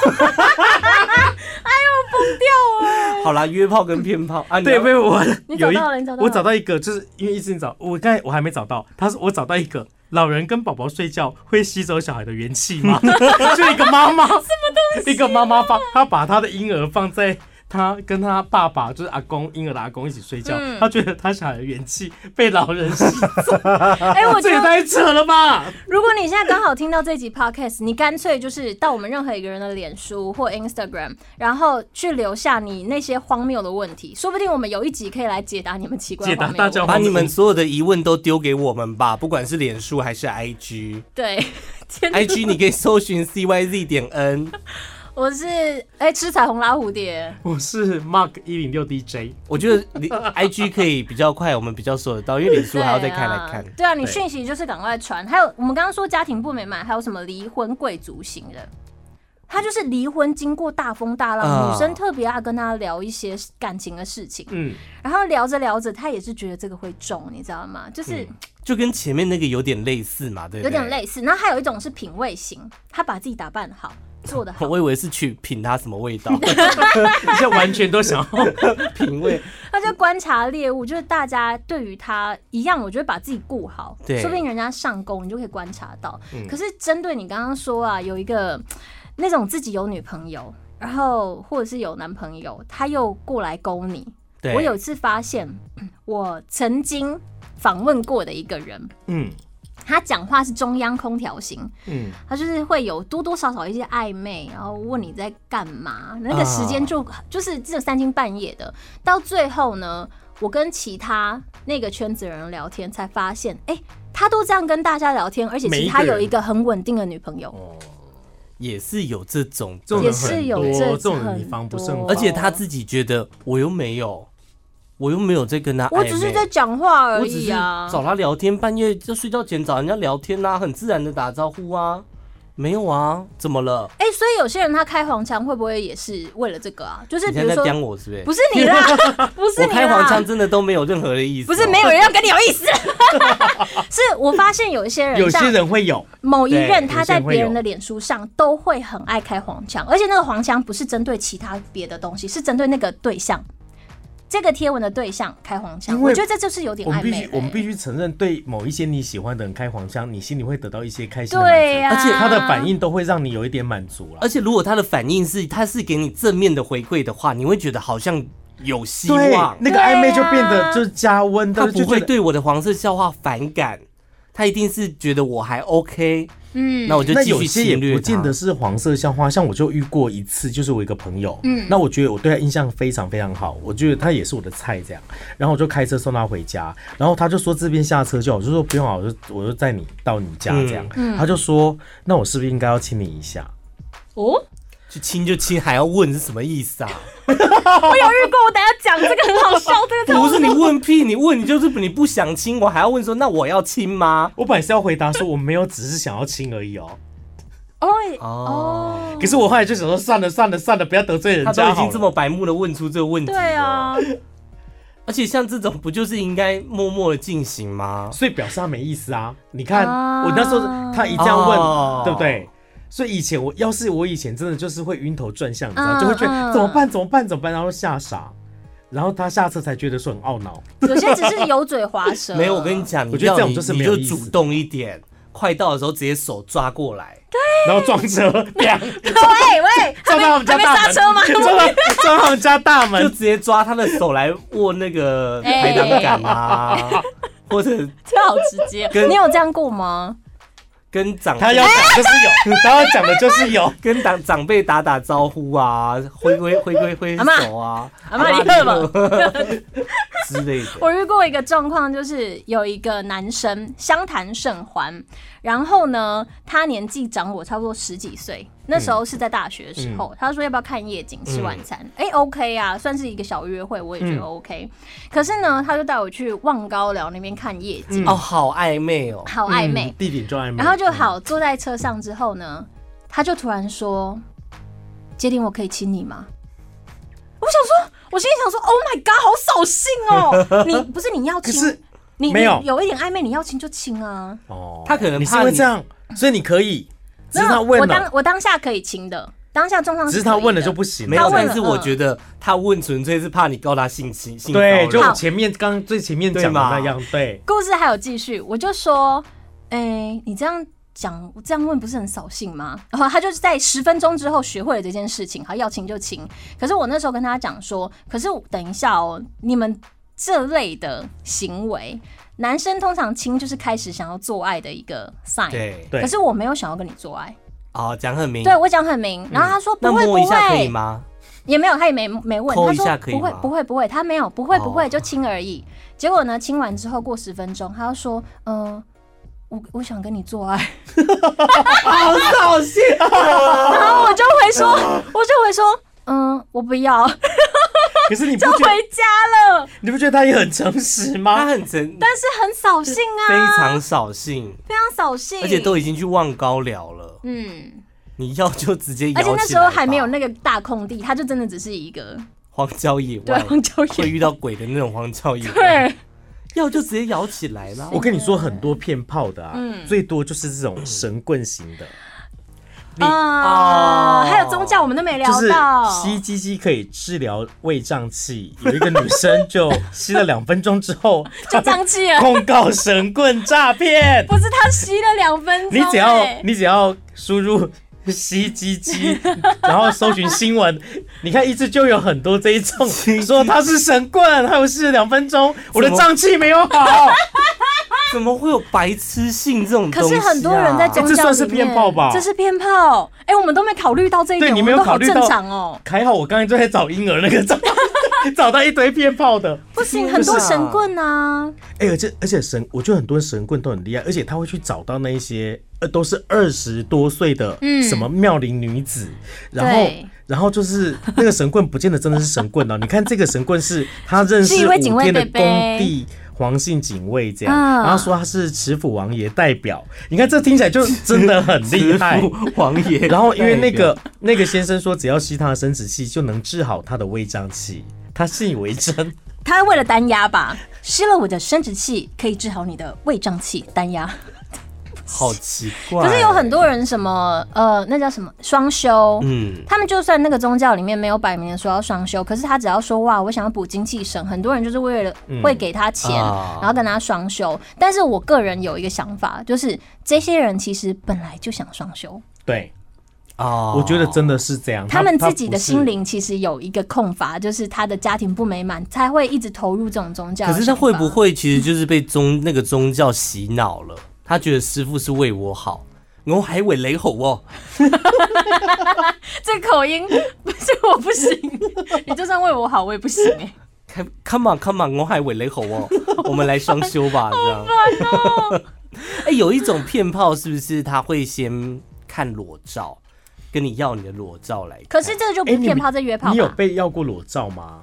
Speaker 1: 疯掉哎！
Speaker 3: 好啦，约炮跟骗炮啊，你
Speaker 2: 对，
Speaker 3: 要
Speaker 2: 被我
Speaker 1: 你找
Speaker 2: 有一
Speaker 1: 到了你找到了
Speaker 2: 我找到一个，就是因为一直找，我刚才我还没找到，他说我找到一个。老人跟宝宝睡觉会吸走小孩的元气 吗？就一个妈妈，什么东西、
Speaker 1: 啊
Speaker 2: 一个妈妈放，她把她的婴儿放在她跟她爸爸，就是阿公婴儿的阿公一起睡觉，
Speaker 1: 嗯
Speaker 2: 她觉得她小孩的元气被老人吸走，
Speaker 1: 哎， 我觉
Speaker 2: 这也
Speaker 1: 得
Speaker 2: 太扯 了吧！
Speaker 1: 如果你现在刚好听到这集 podcast，你干脆就是到我们任何一个人的脸书或 Instagram，然后去留下你那些荒谬的问题，说不定我们有一集可以来解答你们奇怪
Speaker 2: 解
Speaker 1: 荒
Speaker 2: 答
Speaker 1: 谬的
Speaker 2: 大家
Speaker 1: 问题
Speaker 3: 把你们所有的疑问都丢给我们吧，不管是脸书还是 IG。
Speaker 1: 对，天哪
Speaker 3: IG 你可以搜寻 CYZ 点 N，
Speaker 1: 我是哎、吃彩虹拉蝴蝶，
Speaker 2: 我是 Mark 一零六 DJ，
Speaker 3: 我觉得你 IG 可以比较快，我们比较搜得到，因为脸书还要再看来看
Speaker 1: 对啊。。对啊，你
Speaker 3: 对
Speaker 1: 讯息就是赶快传。还有我们刚刚说家庭不美满，还有什么离婚贵族型的？他就是离婚经过大风大浪，
Speaker 3: 啊
Speaker 1: 女生特别爱跟他聊一些感情的事情，
Speaker 2: 嗯，
Speaker 1: 然后聊着聊着，他也是觉得这个会中，你知道吗？就是
Speaker 3: 就跟前面那个有点类似嘛，嗯对不
Speaker 1: 有
Speaker 3: 对？
Speaker 1: 点。类似。然后还有一种是品味型，他把自己打扮好，做得好
Speaker 3: 我，以为是去品它什么味道，
Speaker 2: 现在完全都想要
Speaker 3: 品味。
Speaker 1: 他就观察猎物，就是大家对于他一样，我觉得把自己顾好，
Speaker 3: 对嗯
Speaker 1: 说不定人家上钩，你就可以观察到。可是针对你刚刚说啊，有一个那种自己有女朋友，然后或者是有男朋友，他又过来勾你。
Speaker 3: 对，
Speaker 1: 我有一次发现，嗯我曾经访问过的一个人，
Speaker 2: 嗯
Speaker 1: 他讲话是中央空调型，
Speaker 2: 嗯，
Speaker 1: 他就是会有多多少少一些暧昧，然后问你
Speaker 3: 啊
Speaker 1: 在干嘛，那个时间就、就是这三更半夜的。到最后呢，我跟其他那个圈子的人聊天，才发现，哎、他都这样跟大家聊天，而且其
Speaker 2: 每
Speaker 1: 实
Speaker 2: 一个
Speaker 1: 他有
Speaker 2: 人
Speaker 1: 一个很稳定的女朋
Speaker 3: 哦
Speaker 1: 友，
Speaker 3: 也是有这种哦
Speaker 2: 这种
Speaker 1: 也
Speaker 2: 人
Speaker 1: 是有
Speaker 2: 很多
Speaker 1: 这
Speaker 2: 这种人
Speaker 1: 很
Speaker 2: 你防不
Speaker 1: 多
Speaker 2: 胜防
Speaker 3: 而且他自己觉得我又没有，我又没有在跟他暧昧，
Speaker 1: 我只是在讲话而
Speaker 3: 我只
Speaker 1: 已
Speaker 3: 是
Speaker 1: 啊。
Speaker 3: 找他聊天，半夜就睡觉前找人家聊天啊，很自然的打招呼啊，没有啊，怎么了？
Speaker 1: 哎、所以有些人他开黄腔会不会也是为了这个啊？就是
Speaker 3: 你
Speaker 1: 比
Speaker 3: 现
Speaker 1: 如
Speaker 3: 在在
Speaker 1: 说，
Speaker 3: 刁我是不是？
Speaker 1: 不是你 啦，不是
Speaker 3: 我
Speaker 1: 你
Speaker 3: 开黄
Speaker 1: 啦
Speaker 3: 腔，真的都没有任何的意思、哦
Speaker 1: 不是没有，人要跟你有 意思。是我发现有一些人，
Speaker 2: 有
Speaker 1: 像
Speaker 2: 些人会有，
Speaker 1: 某一任
Speaker 2: 对
Speaker 1: 他
Speaker 2: 有些
Speaker 1: 在
Speaker 2: 人会
Speaker 1: 别人
Speaker 2: 有
Speaker 1: 的脸书上都会很爱开黄腔，而且那个黄腔不是针对其他别的东西，是针对那个对象，这个贴文的对象开黄腔。
Speaker 2: 因为
Speaker 1: 我觉得这就是有点
Speaker 2: 我们
Speaker 1: 暧
Speaker 2: 必
Speaker 1: 昧
Speaker 2: 须
Speaker 1: 了欸、
Speaker 2: 我们必须承认，对某一些你喜欢的人开黄腔，你心里会得到一些开心的满足，
Speaker 1: 对呀、
Speaker 3: 而且
Speaker 2: 他的反。应都会让你有一点满足了。
Speaker 3: 而且如果他的反应是他是给你正面的回馈的话，你会觉得好像有希
Speaker 2: 对
Speaker 3: 望，。
Speaker 2: 那个
Speaker 1: 对
Speaker 2: 暧昧就
Speaker 1: 呀
Speaker 2: 变得就是加温，
Speaker 3: 他
Speaker 2: 但是
Speaker 3: 不
Speaker 2: 就觉
Speaker 3: 会
Speaker 2: 得
Speaker 3: 对我的黄色笑话反感，他一定是觉得我还 OK，
Speaker 1: 嗯
Speaker 3: 那我就
Speaker 2: 那
Speaker 3: 继
Speaker 2: 有
Speaker 3: 续
Speaker 2: 些也
Speaker 3: 侵略
Speaker 2: 不
Speaker 3: 他。
Speaker 2: 见得是黄色校花，像我就遇过一次，就是我一个朋友，嗯，那我觉得我对他印象非常非常好，我觉得他也是我的菜这样，然后我就开车送他回家，然后他就说这边下车就好，我就说不用啊，我就我就载你到你家这样，
Speaker 3: 嗯
Speaker 1: 嗯
Speaker 2: 他就说那我是不是应该要亲你一下？
Speaker 1: 哦，
Speaker 3: 去亲就亲，还要问是什么意思啊？
Speaker 1: 我有遇过，我等下讲这个很好笑，这个
Speaker 3: 不是你问屁，你问你就是你不想亲，我还要问说那我要亲吗？
Speaker 2: 我本来是要回答说我没有，只是想要亲而已哦，
Speaker 1: 哦
Speaker 3: 哦
Speaker 1: 哦，
Speaker 2: 可是我后来就想说算了算了算了，不要得罪人
Speaker 3: 他都
Speaker 2: 家
Speaker 3: 已
Speaker 2: 好
Speaker 3: 经
Speaker 2: 了
Speaker 3: 这么白目的问出这个问题，
Speaker 1: 对，啊，
Speaker 3: 而且像这种不就是应该默默的进行吗？
Speaker 2: 所以表示他没意思啊。你看、
Speaker 1: 啊
Speaker 2: 我那时候他一这样问，
Speaker 3: 哦
Speaker 2: 对不对？所以以前我要是我以前真的就是会晕头转向，你知道，
Speaker 1: 嗯
Speaker 2: 就会觉
Speaker 1: 嗯
Speaker 2: 得怎么办怎么办怎么办，然后吓傻，然后他下次才觉得说很哦懊恼。
Speaker 1: 有些只是油嘴滑舌。
Speaker 3: 没有，我跟你讲，你
Speaker 2: 我觉得
Speaker 3: 要
Speaker 2: 这种
Speaker 3: 你
Speaker 2: 就是
Speaker 3: 你
Speaker 2: 没有
Speaker 3: 就
Speaker 2: 意思
Speaker 3: 主动一点，快到的时候直接手抓过来，
Speaker 2: 然后撞 车，啪
Speaker 1: 喂喂，还
Speaker 2: 撞
Speaker 1: 没
Speaker 2: 到
Speaker 1: 还
Speaker 2: 他们家
Speaker 1: 没
Speaker 2: 大
Speaker 1: 刹
Speaker 2: 门，
Speaker 1: 车吗？
Speaker 2: 撞到撞到他们家大
Speaker 3: 就
Speaker 2: 门，
Speaker 3: 直接抓他的手来握那个
Speaker 1: 哎
Speaker 3: 排挡杆啊，或者
Speaker 1: 这好直接
Speaker 3: 跟。
Speaker 1: 你有这样过吗？
Speaker 3: 跟
Speaker 1: 哎
Speaker 3: 长
Speaker 2: 他要讲就是有，他要讲的就是有。
Speaker 3: 跟长长辈打打招呼啊，挥挥挥挥挥
Speaker 1: 阿嬷
Speaker 3: 手啊，
Speaker 1: 阿嬷你饿吗
Speaker 3: 饿之类的。
Speaker 1: 我遇过一个状况，就是有一个男生相谈甚欢，然后呢，他年纪长我差不多十几岁，那时候是在大学的时候，他说要不要看夜景吃晚餐？哎、o k 啊，算是一个小约会，我也觉得 OK。可是呢，他就带我去望高寮那边看夜景，
Speaker 3: 哦，好暧昧哦，
Speaker 1: 好暧昧。
Speaker 2: 嗯地点就暧昧，
Speaker 1: 然后就好坐在车上之后呢，他就突然说：“杰林，我可以亲你吗？”我想说，我心里想说：“Oh my god，好扫兴哦！ 你不是你要
Speaker 2: 可是
Speaker 1: 亲，你
Speaker 2: 没有
Speaker 1: 你有一点暧昧，你要亲就亲啊。
Speaker 2: 哦，
Speaker 3: 他可能
Speaker 2: 你是
Speaker 3: 怕
Speaker 2: 因为
Speaker 3: 你
Speaker 2: 这样，所以你可 以，”只是
Speaker 1: 没
Speaker 2: 他
Speaker 1: 有
Speaker 2: 问
Speaker 1: 我当
Speaker 2: 了，
Speaker 1: 我当下可以亲的，当下状况
Speaker 2: 只是
Speaker 1: 可以
Speaker 2: 他问了就不行了，
Speaker 3: 没有，
Speaker 1: 他问了
Speaker 3: 但是我觉得他问纯粹是怕你告他性侵性骚
Speaker 2: 对，
Speaker 3: 扰，
Speaker 2: 就
Speaker 1: 好
Speaker 2: 我前面刚最前面
Speaker 3: 对
Speaker 2: 讲的
Speaker 3: 嘛
Speaker 2: 那样，对，
Speaker 1: 故事还有继续，我就说：“哎、你这样。”讲我这样问不是很扫兴吗？然后他就是在十分钟之后学会了这件事情，好要亲就亲。可是我那时候跟他讲说，可是我等一下哦，你们这类的行为，男生通常亲就是开始想要做爱的一个 sign。
Speaker 3: 对
Speaker 2: 对
Speaker 1: 可是我没有想要跟你做爱，
Speaker 3: 哦，讲很明，
Speaker 1: 对我讲很明。然后他说
Speaker 3: 那
Speaker 1: 不会不
Speaker 3: 摸一下可以
Speaker 1: 会，
Speaker 3: 吗？
Speaker 1: 也没有，他也没没问。
Speaker 3: 抠
Speaker 1: 他
Speaker 3: 一
Speaker 1: 说
Speaker 3: 下可以
Speaker 1: 不会
Speaker 3: 吗
Speaker 1: 不会不会，他没有不会不
Speaker 3: 哦
Speaker 1: 会就亲而已。结果呢，亲完之后过十分钟，他又说，嗯、我我想跟你做 爱。
Speaker 3: 好扫兴啊！
Speaker 1: 然后我就会说，
Speaker 3: 哦
Speaker 1: 我就会说，嗯，我不 要，就
Speaker 2: 可是你不 觉得
Speaker 1: 回家了。
Speaker 2: 你不觉得他也很诚实
Speaker 3: 他
Speaker 2: 吗？
Speaker 3: 很真，
Speaker 1: 但是很扫兴啊，
Speaker 3: 非常扫兴，
Speaker 1: 非常扫兴，
Speaker 3: 而且都已经去望高聊了，
Speaker 1: 嗯，
Speaker 3: 你要就直接摇
Speaker 1: 而且那
Speaker 3: 起
Speaker 1: 时候
Speaker 3: 来
Speaker 1: 还没有
Speaker 3: 吧
Speaker 1: 那个大空地，它就真的只是一个
Speaker 3: 荒郊野
Speaker 1: 对
Speaker 3: 外，
Speaker 1: 荒郊
Speaker 3: 会
Speaker 1: 野
Speaker 3: 遇到鬼的那种荒郊野 外，
Speaker 1: 对，
Speaker 3: 要就直接摇起来啦
Speaker 2: 我。跟你说，很多骗炮的啊，最多就是这种神棍型的，
Speaker 1: 啊，
Speaker 3: 哦
Speaker 1: 还有宗教我们都没聊
Speaker 2: 就是
Speaker 1: 到，
Speaker 2: 吸鸡鸡可以治疗胃胀气。有一个女生就吸了两分钟之 后，
Speaker 1: 就胀气了，
Speaker 2: 控告神棍诈骗。
Speaker 1: 不是他吸了两分钟，
Speaker 2: 你 只要
Speaker 1: 哎
Speaker 2: 你只要输入。吸鸡鸡， 然后搜寻新闻，你看一直就有很多这一种，说他是神棍，还有试了两分钟，我的
Speaker 3: 怎么
Speaker 2: 胀气没有好，
Speaker 3: 怎么会有白痴性这种东
Speaker 1: 可
Speaker 3: 西啊？
Speaker 1: 是很多人在宗
Speaker 2: 这
Speaker 1: 教
Speaker 2: 算是
Speaker 1: 里面
Speaker 2: 骗炮吧
Speaker 1: 这是偏炮，哎，我们都没考虑到这一
Speaker 2: 对
Speaker 1: 点，
Speaker 2: 你
Speaker 1: 我
Speaker 2: 没
Speaker 1: 们
Speaker 2: 有
Speaker 1: 都好
Speaker 2: 考虑
Speaker 1: 正
Speaker 2: 到
Speaker 1: 常哦。
Speaker 2: 还好我刚才就在找婴儿那个照片，找到一 堆骗炮的。
Speaker 1: 不行，很多神棍啊，
Speaker 2: 哎、而且而且神，我觉得很多神棍都很厉害，而且他会去找到那一些呃都是二十多岁的
Speaker 1: 嗯
Speaker 2: 什么妙龄女子，然后
Speaker 1: 对
Speaker 2: 然 后就是那个神棍不见得真的是神棍哦，你看这个神棍是他认
Speaker 1: 是一
Speaker 2: 识
Speaker 1: 位警
Speaker 2: 五
Speaker 1: 卫
Speaker 2: 天的
Speaker 1: 贝贝
Speaker 2: 工地。黄姓警卫这样，
Speaker 1: 嗯
Speaker 2: 然后说他是持府王爷代表，你看这听起来就真的很厉害。
Speaker 3: 慈父王爷。
Speaker 2: 然后因为那个那个先生说，只要吸他的生殖器就能治好他的胃胀气，他信以 为真。
Speaker 1: 他为了单压吧，吸了我的生殖器可以治好你的胃胀气，单压。
Speaker 3: 好奇怪，
Speaker 1: 可是有很多人什么呃，那叫什么双休，
Speaker 3: 嗯，
Speaker 1: 他们就算那个宗教里面没有摆明的说要双休，可是他只要说哇，我想要补精气神，很多人就是为了会给他钱，
Speaker 3: 啊
Speaker 1: 然后跟他双休。但是我个人有一个想法，就是这些人其实本来就想双休，
Speaker 2: 对，
Speaker 3: 哦，
Speaker 2: 我觉得真的是这样。
Speaker 1: 他们自己
Speaker 2: 不
Speaker 1: 的
Speaker 2: 是
Speaker 1: 心灵其实有一个空乏，就是他的家庭不美满，才会一直投入这种宗教的想
Speaker 3: 可
Speaker 1: 法。
Speaker 3: 是他会不会其实就是被宗那个宗教洗脑了？他觉得师傅是为我好，我还为雷吼哦，
Speaker 1: 这口音？不是我不行，你就算为我好，我也不行哎、
Speaker 3: 看 come on come on，我还为雷吼 哦，我们来双修吧，这样。
Speaker 1: 哦
Speaker 3: 哎、有一种骗炮是不是他会先看裸照，跟你要你的裸照来
Speaker 1: 可
Speaker 3: 看？
Speaker 1: 是这个就
Speaker 2: 哎
Speaker 1: 不
Speaker 2: 你
Speaker 1: 骗炮，这约炮吧。
Speaker 2: 你有被要过裸照吗？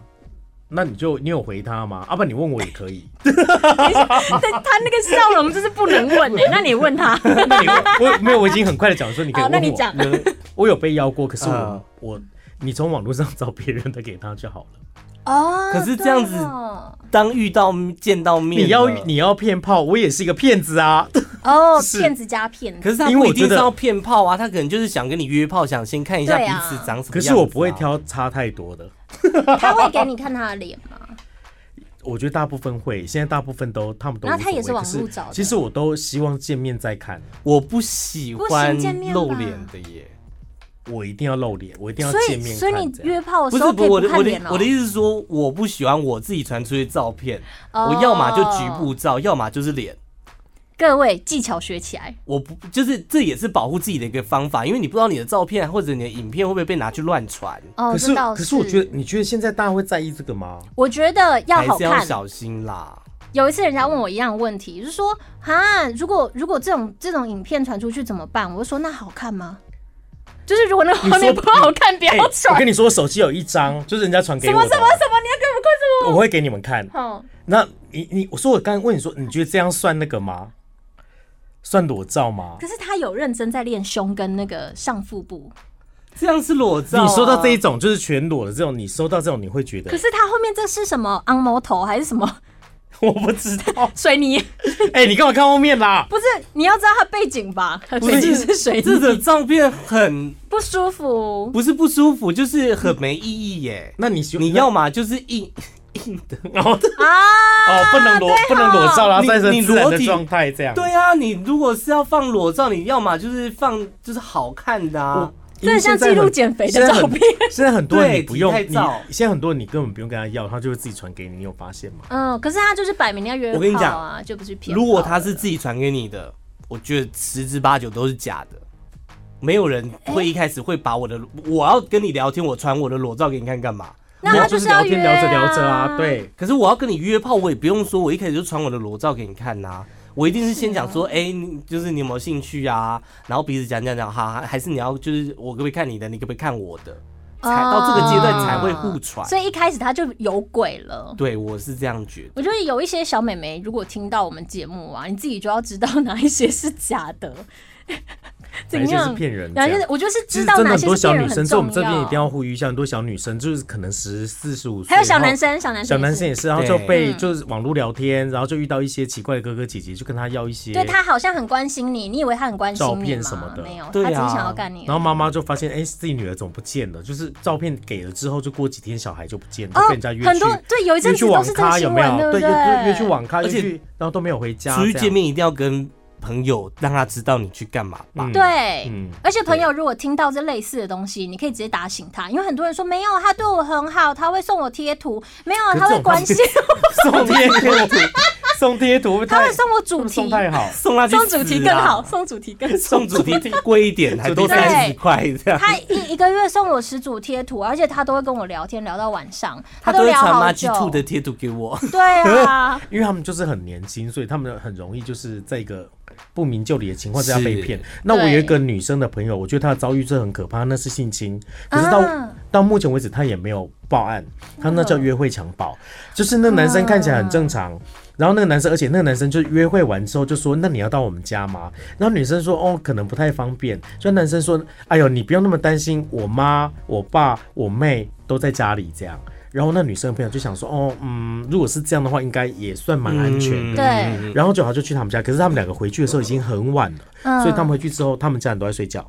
Speaker 2: 那你就你有回他吗？啊，不，你问我也可以。
Speaker 1: 但他那个笑容就是不能问哎、那你问他，
Speaker 2: 那你问我没有，我已经很快的讲说你可以
Speaker 1: 好，
Speaker 2: 问我。
Speaker 1: 哦那你讲。
Speaker 2: 我有被要过，可是我、
Speaker 3: 嗯
Speaker 2: 我你从网络上找别人的给他就好 了。
Speaker 1: 哦，
Speaker 3: 可是这样子
Speaker 1: 对哦，
Speaker 3: 当遇到见到面了，
Speaker 2: 你要你要骗炮，我也是一个骗子 啊。
Speaker 1: 哦
Speaker 2: 是
Speaker 1: 骗子加骗，
Speaker 3: 可是他
Speaker 2: 因为
Speaker 3: 不
Speaker 2: 我
Speaker 3: 一定
Speaker 2: 觉得
Speaker 3: 是要骗炮啊，他可能就是想跟你约炮，想先看一下
Speaker 1: 对
Speaker 3: 彼
Speaker 1: 啊
Speaker 3: 此长什么样子啊、
Speaker 2: 可是我不会挑差太多的，
Speaker 1: 他会给你看他的脸吗？
Speaker 2: 我觉得大部分会，现在大部分都他们都无
Speaker 1: 然
Speaker 2: 所谓。
Speaker 1: 后他也是网络
Speaker 2: 可
Speaker 1: 找的
Speaker 2: 其实我都希望见面再看，
Speaker 3: 我不喜欢
Speaker 1: 不行见面吧
Speaker 3: 露脸的耶。
Speaker 2: 我一定要露脸，我一定要
Speaker 1: 所
Speaker 2: 见
Speaker 1: 以
Speaker 2: 面看。
Speaker 1: 所以你
Speaker 2: 这样
Speaker 1: 约炮的
Speaker 3: 不
Speaker 1: 时
Speaker 3: 是
Speaker 1: 候可以
Speaker 3: 我的
Speaker 1: 看
Speaker 3: 我的
Speaker 1: 脸哦。
Speaker 3: 我的意思是说，我不喜欢我自己传出去的照片，
Speaker 1: 哦
Speaker 3: 我要么就局部照，要么就是脸。
Speaker 1: 各位技巧学起来，
Speaker 3: 我不就是这也是保护自己的一个方法，因为你不知道你的照片或者你的影片会不会被拿去乱传，
Speaker 1: 哦，
Speaker 2: 可
Speaker 1: 这
Speaker 2: 是
Speaker 1: 倒
Speaker 2: 可是我觉得，你觉得现在大家会在意这个吗？
Speaker 1: 我觉得要
Speaker 3: 还
Speaker 1: 好
Speaker 3: 是要
Speaker 1: 看。
Speaker 3: 小心啦。
Speaker 1: 有一次人家问我一样的问题，就是说啊，如果如果这种这种影片传出去怎么办？我就说那好看吗？就是如果那个画面
Speaker 2: 你说
Speaker 1: 不好看，不
Speaker 2: 哎
Speaker 1: 要
Speaker 2: 我
Speaker 1: 传。
Speaker 2: 跟你说，我手机有一张，就是人家传给
Speaker 1: 什
Speaker 3: 哎
Speaker 2: 我
Speaker 1: 么
Speaker 2: 的，
Speaker 1: 什么什么？你要给我快哦什
Speaker 2: 我会给你们看。
Speaker 1: 么？
Speaker 2: 那你你，我说我刚刚问你说，你觉得这样算那个吗？算裸照吗？
Speaker 1: 可是他有认真在练胸跟那个上腹部，
Speaker 3: 这样是裸照啊、
Speaker 2: 你收到这一种就是全裸的这种，你收到这种你会觉
Speaker 1: 可
Speaker 2: 得？
Speaker 1: 是他后面这是什么昂毛头还是什么
Speaker 2: 我不知道。
Speaker 1: 水泥？
Speaker 2: 哎、你干嘛看后面啦？
Speaker 1: 不是，你要知道它背景吧？它背景是水
Speaker 3: 这
Speaker 1: 泥，
Speaker 3: 种照片很
Speaker 1: 不舒服。
Speaker 3: 不是不舒服，就是很没意义耶。
Speaker 2: 那你喜
Speaker 3: 你要嘛就是硬
Speaker 2: 然后哦，
Speaker 1: 啊，
Speaker 2: 不能裸不能裸照，然后再
Speaker 3: 你
Speaker 2: 是
Speaker 3: 你
Speaker 2: 自然
Speaker 3: 裸
Speaker 2: 的
Speaker 3: 体
Speaker 2: 状态这样。
Speaker 3: 对啊，你如果是要放裸照，你要么就是放就是好看的啊
Speaker 2: 我。
Speaker 1: 真的像记录减肥的照片。。
Speaker 2: 因为现在很现在很多人你不用
Speaker 3: 对体
Speaker 2: 你
Speaker 3: 态照，
Speaker 2: 现在很多人你根本不用跟他要，他就会自己传给你。你有发现吗？
Speaker 1: 嗯，可是他就是摆明要约
Speaker 3: 我跟你
Speaker 1: 炮
Speaker 3: 讲
Speaker 1: 啊，就不是骗炮了。
Speaker 3: 如果他是自己传给你的，我觉得十之八九都是假的。没有人会一开始会把我的，我要跟你聊天，我传我的裸照给你看干嘛？
Speaker 1: 那他
Speaker 2: 就是聊
Speaker 1: 要
Speaker 2: 天
Speaker 1: 约
Speaker 2: 聊着聊着啊，，对，
Speaker 3: 可是我要跟你约炮，我也不用说，我一开始就传我的裸照给你看呐、我一定是先讲说，
Speaker 1: 啊
Speaker 3: 哎、你就是你有没有兴趣啊？然后彼此讲讲讲，哈，还是你要就是我可不可以看你的，你可不可以看我的？才到这个阶段才会互传
Speaker 1: 啊哦所以一开始他就有鬼了。
Speaker 3: 对我是这样觉得。
Speaker 1: 我觉得有一些小美眉，如果听到我们节目啊，你自己就要知道哪一些是假的，怎
Speaker 2: 哪一些是
Speaker 1: 样？
Speaker 2: 骗人这
Speaker 1: 哪
Speaker 2: 样？
Speaker 1: 些是？我就是
Speaker 2: 其
Speaker 1: 知
Speaker 2: 实
Speaker 1: 道
Speaker 2: 真
Speaker 1: 哪
Speaker 2: 的很
Speaker 1: 些
Speaker 2: 多
Speaker 1: 是
Speaker 2: 小
Speaker 1: 骗
Speaker 2: 女
Speaker 1: 人
Speaker 2: 生，
Speaker 1: 很
Speaker 2: 所以我们
Speaker 1: 重
Speaker 2: 这边一定
Speaker 1: 要。
Speaker 2: 要呼吁一下，很多小女生就是可能十四十五岁，
Speaker 1: 还有小男
Speaker 2: 然后。
Speaker 1: 生，小男生，
Speaker 2: 小男生也是，然后就
Speaker 3: 对
Speaker 2: 被
Speaker 1: 嗯
Speaker 2: 就是网络聊天，然后就遇到一些奇怪的哥哥姐姐，就跟他要一些，
Speaker 1: 对他好像很关心你，你以为他很关心你吗？
Speaker 2: 照片什么的
Speaker 1: 没有，
Speaker 3: 对
Speaker 1: 他
Speaker 3: 啊
Speaker 1: 只是想要干你
Speaker 2: 然。后妈妈就发现，哎、自己女儿怎么不见了？就是照片给了之后，就过几天小孩就不见了，就被人家约去，
Speaker 1: 哦很多对，有一阵
Speaker 2: 约
Speaker 1: 子
Speaker 2: 去
Speaker 1: 都
Speaker 2: 网
Speaker 1: 是这个
Speaker 2: 咖有
Speaker 1: 新
Speaker 2: 没
Speaker 1: 闻，
Speaker 2: 有？
Speaker 1: 不
Speaker 2: 对，
Speaker 1: 对？
Speaker 2: 约约去网咖，
Speaker 3: 而
Speaker 2: 约
Speaker 3: 且
Speaker 2: 去，然后都没有回家，
Speaker 3: 出去
Speaker 2: 这样
Speaker 3: 见，面一定要跟朋友让他知道你去干嘛吧。
Speaker 2: 嗯
Speaker 1: 对。
Speaker 2: 嗯，
Speaker 1: 而且朋友如果听到这类似的东西，你可以直接打醒他，因为很多人说没有，他对我很好，他会送我贴图，没有，
Speaker 2: 是
Speaker 1: 他会关心我，
Speaker 2: 送贴图，送贴图，
Speaker 1: 他
Speaker 2: 太
Speaker 1: 会送我
Speaker 2: 他
Speaker 1: 主
Speaker 2: 们
Speaker 1: 题
Speaker 2: 送，太好，
Speaker 3: 送他 去
Speaker 1: 送主题
Speaker 3: 死
Speaker 1: 更
Speaker 3: 啊
Speaker 1: 好，送主题更好。
Speaker 3: 送主题贵一点，还多
Speaker 1: 题
Speaker 2: 主
Speaker 3: 三十块这样。
Speaker 1: 他一一个月送我十组贴图，而且他都会跟我聊天，聊到晚上，
Speaker 3: 他
Speaker 1: 都
Speaker 3: 都会
Speaker 1: 聊
Speaker 3: 传
Speaker 1: 好
Speaker 3: 妈 G
Speaker 1: 久。
Speaker 3: Two 的贴图给我。
Speaker 1: 对啊，
Speaker 2: 因为他们就是很年轻，所以他们很容易就是在一个不明就里的情况之下被骗
Speaker 3: 是。
Speaker 2: 那我
Speaker 1: 对
Speaker 2: 有一个女生的朋友，我觉得她的遭遇是很可怕，那是性侵，可是到、
Speaker 1: 啊
Speaker 2: 到目前为止她也没有报案，她那叫约会强暴，就是那男生看起来很正常。然后那个男生，而且那个男生就约会完之后就说：“那你要到我们家吗？”然后女生说：“哦，可能不太方便。”就男生说：“哎呦，你不用那么担心，我妈、我爸、我妹都在家里这样。”然后那女生的朋友就想说：“哦，嗯，如果是这样的话，应该也算蛮安全的。
Speaker 3: 嗯
Speaker 1: 对，
Speaker 2: 然后九豪就去他们家，可是他们两个回去的时候已经很晚了，
Speaker 1: 嗯
Speaker 2: 所以他们回去之后，他们家人都在睡觉。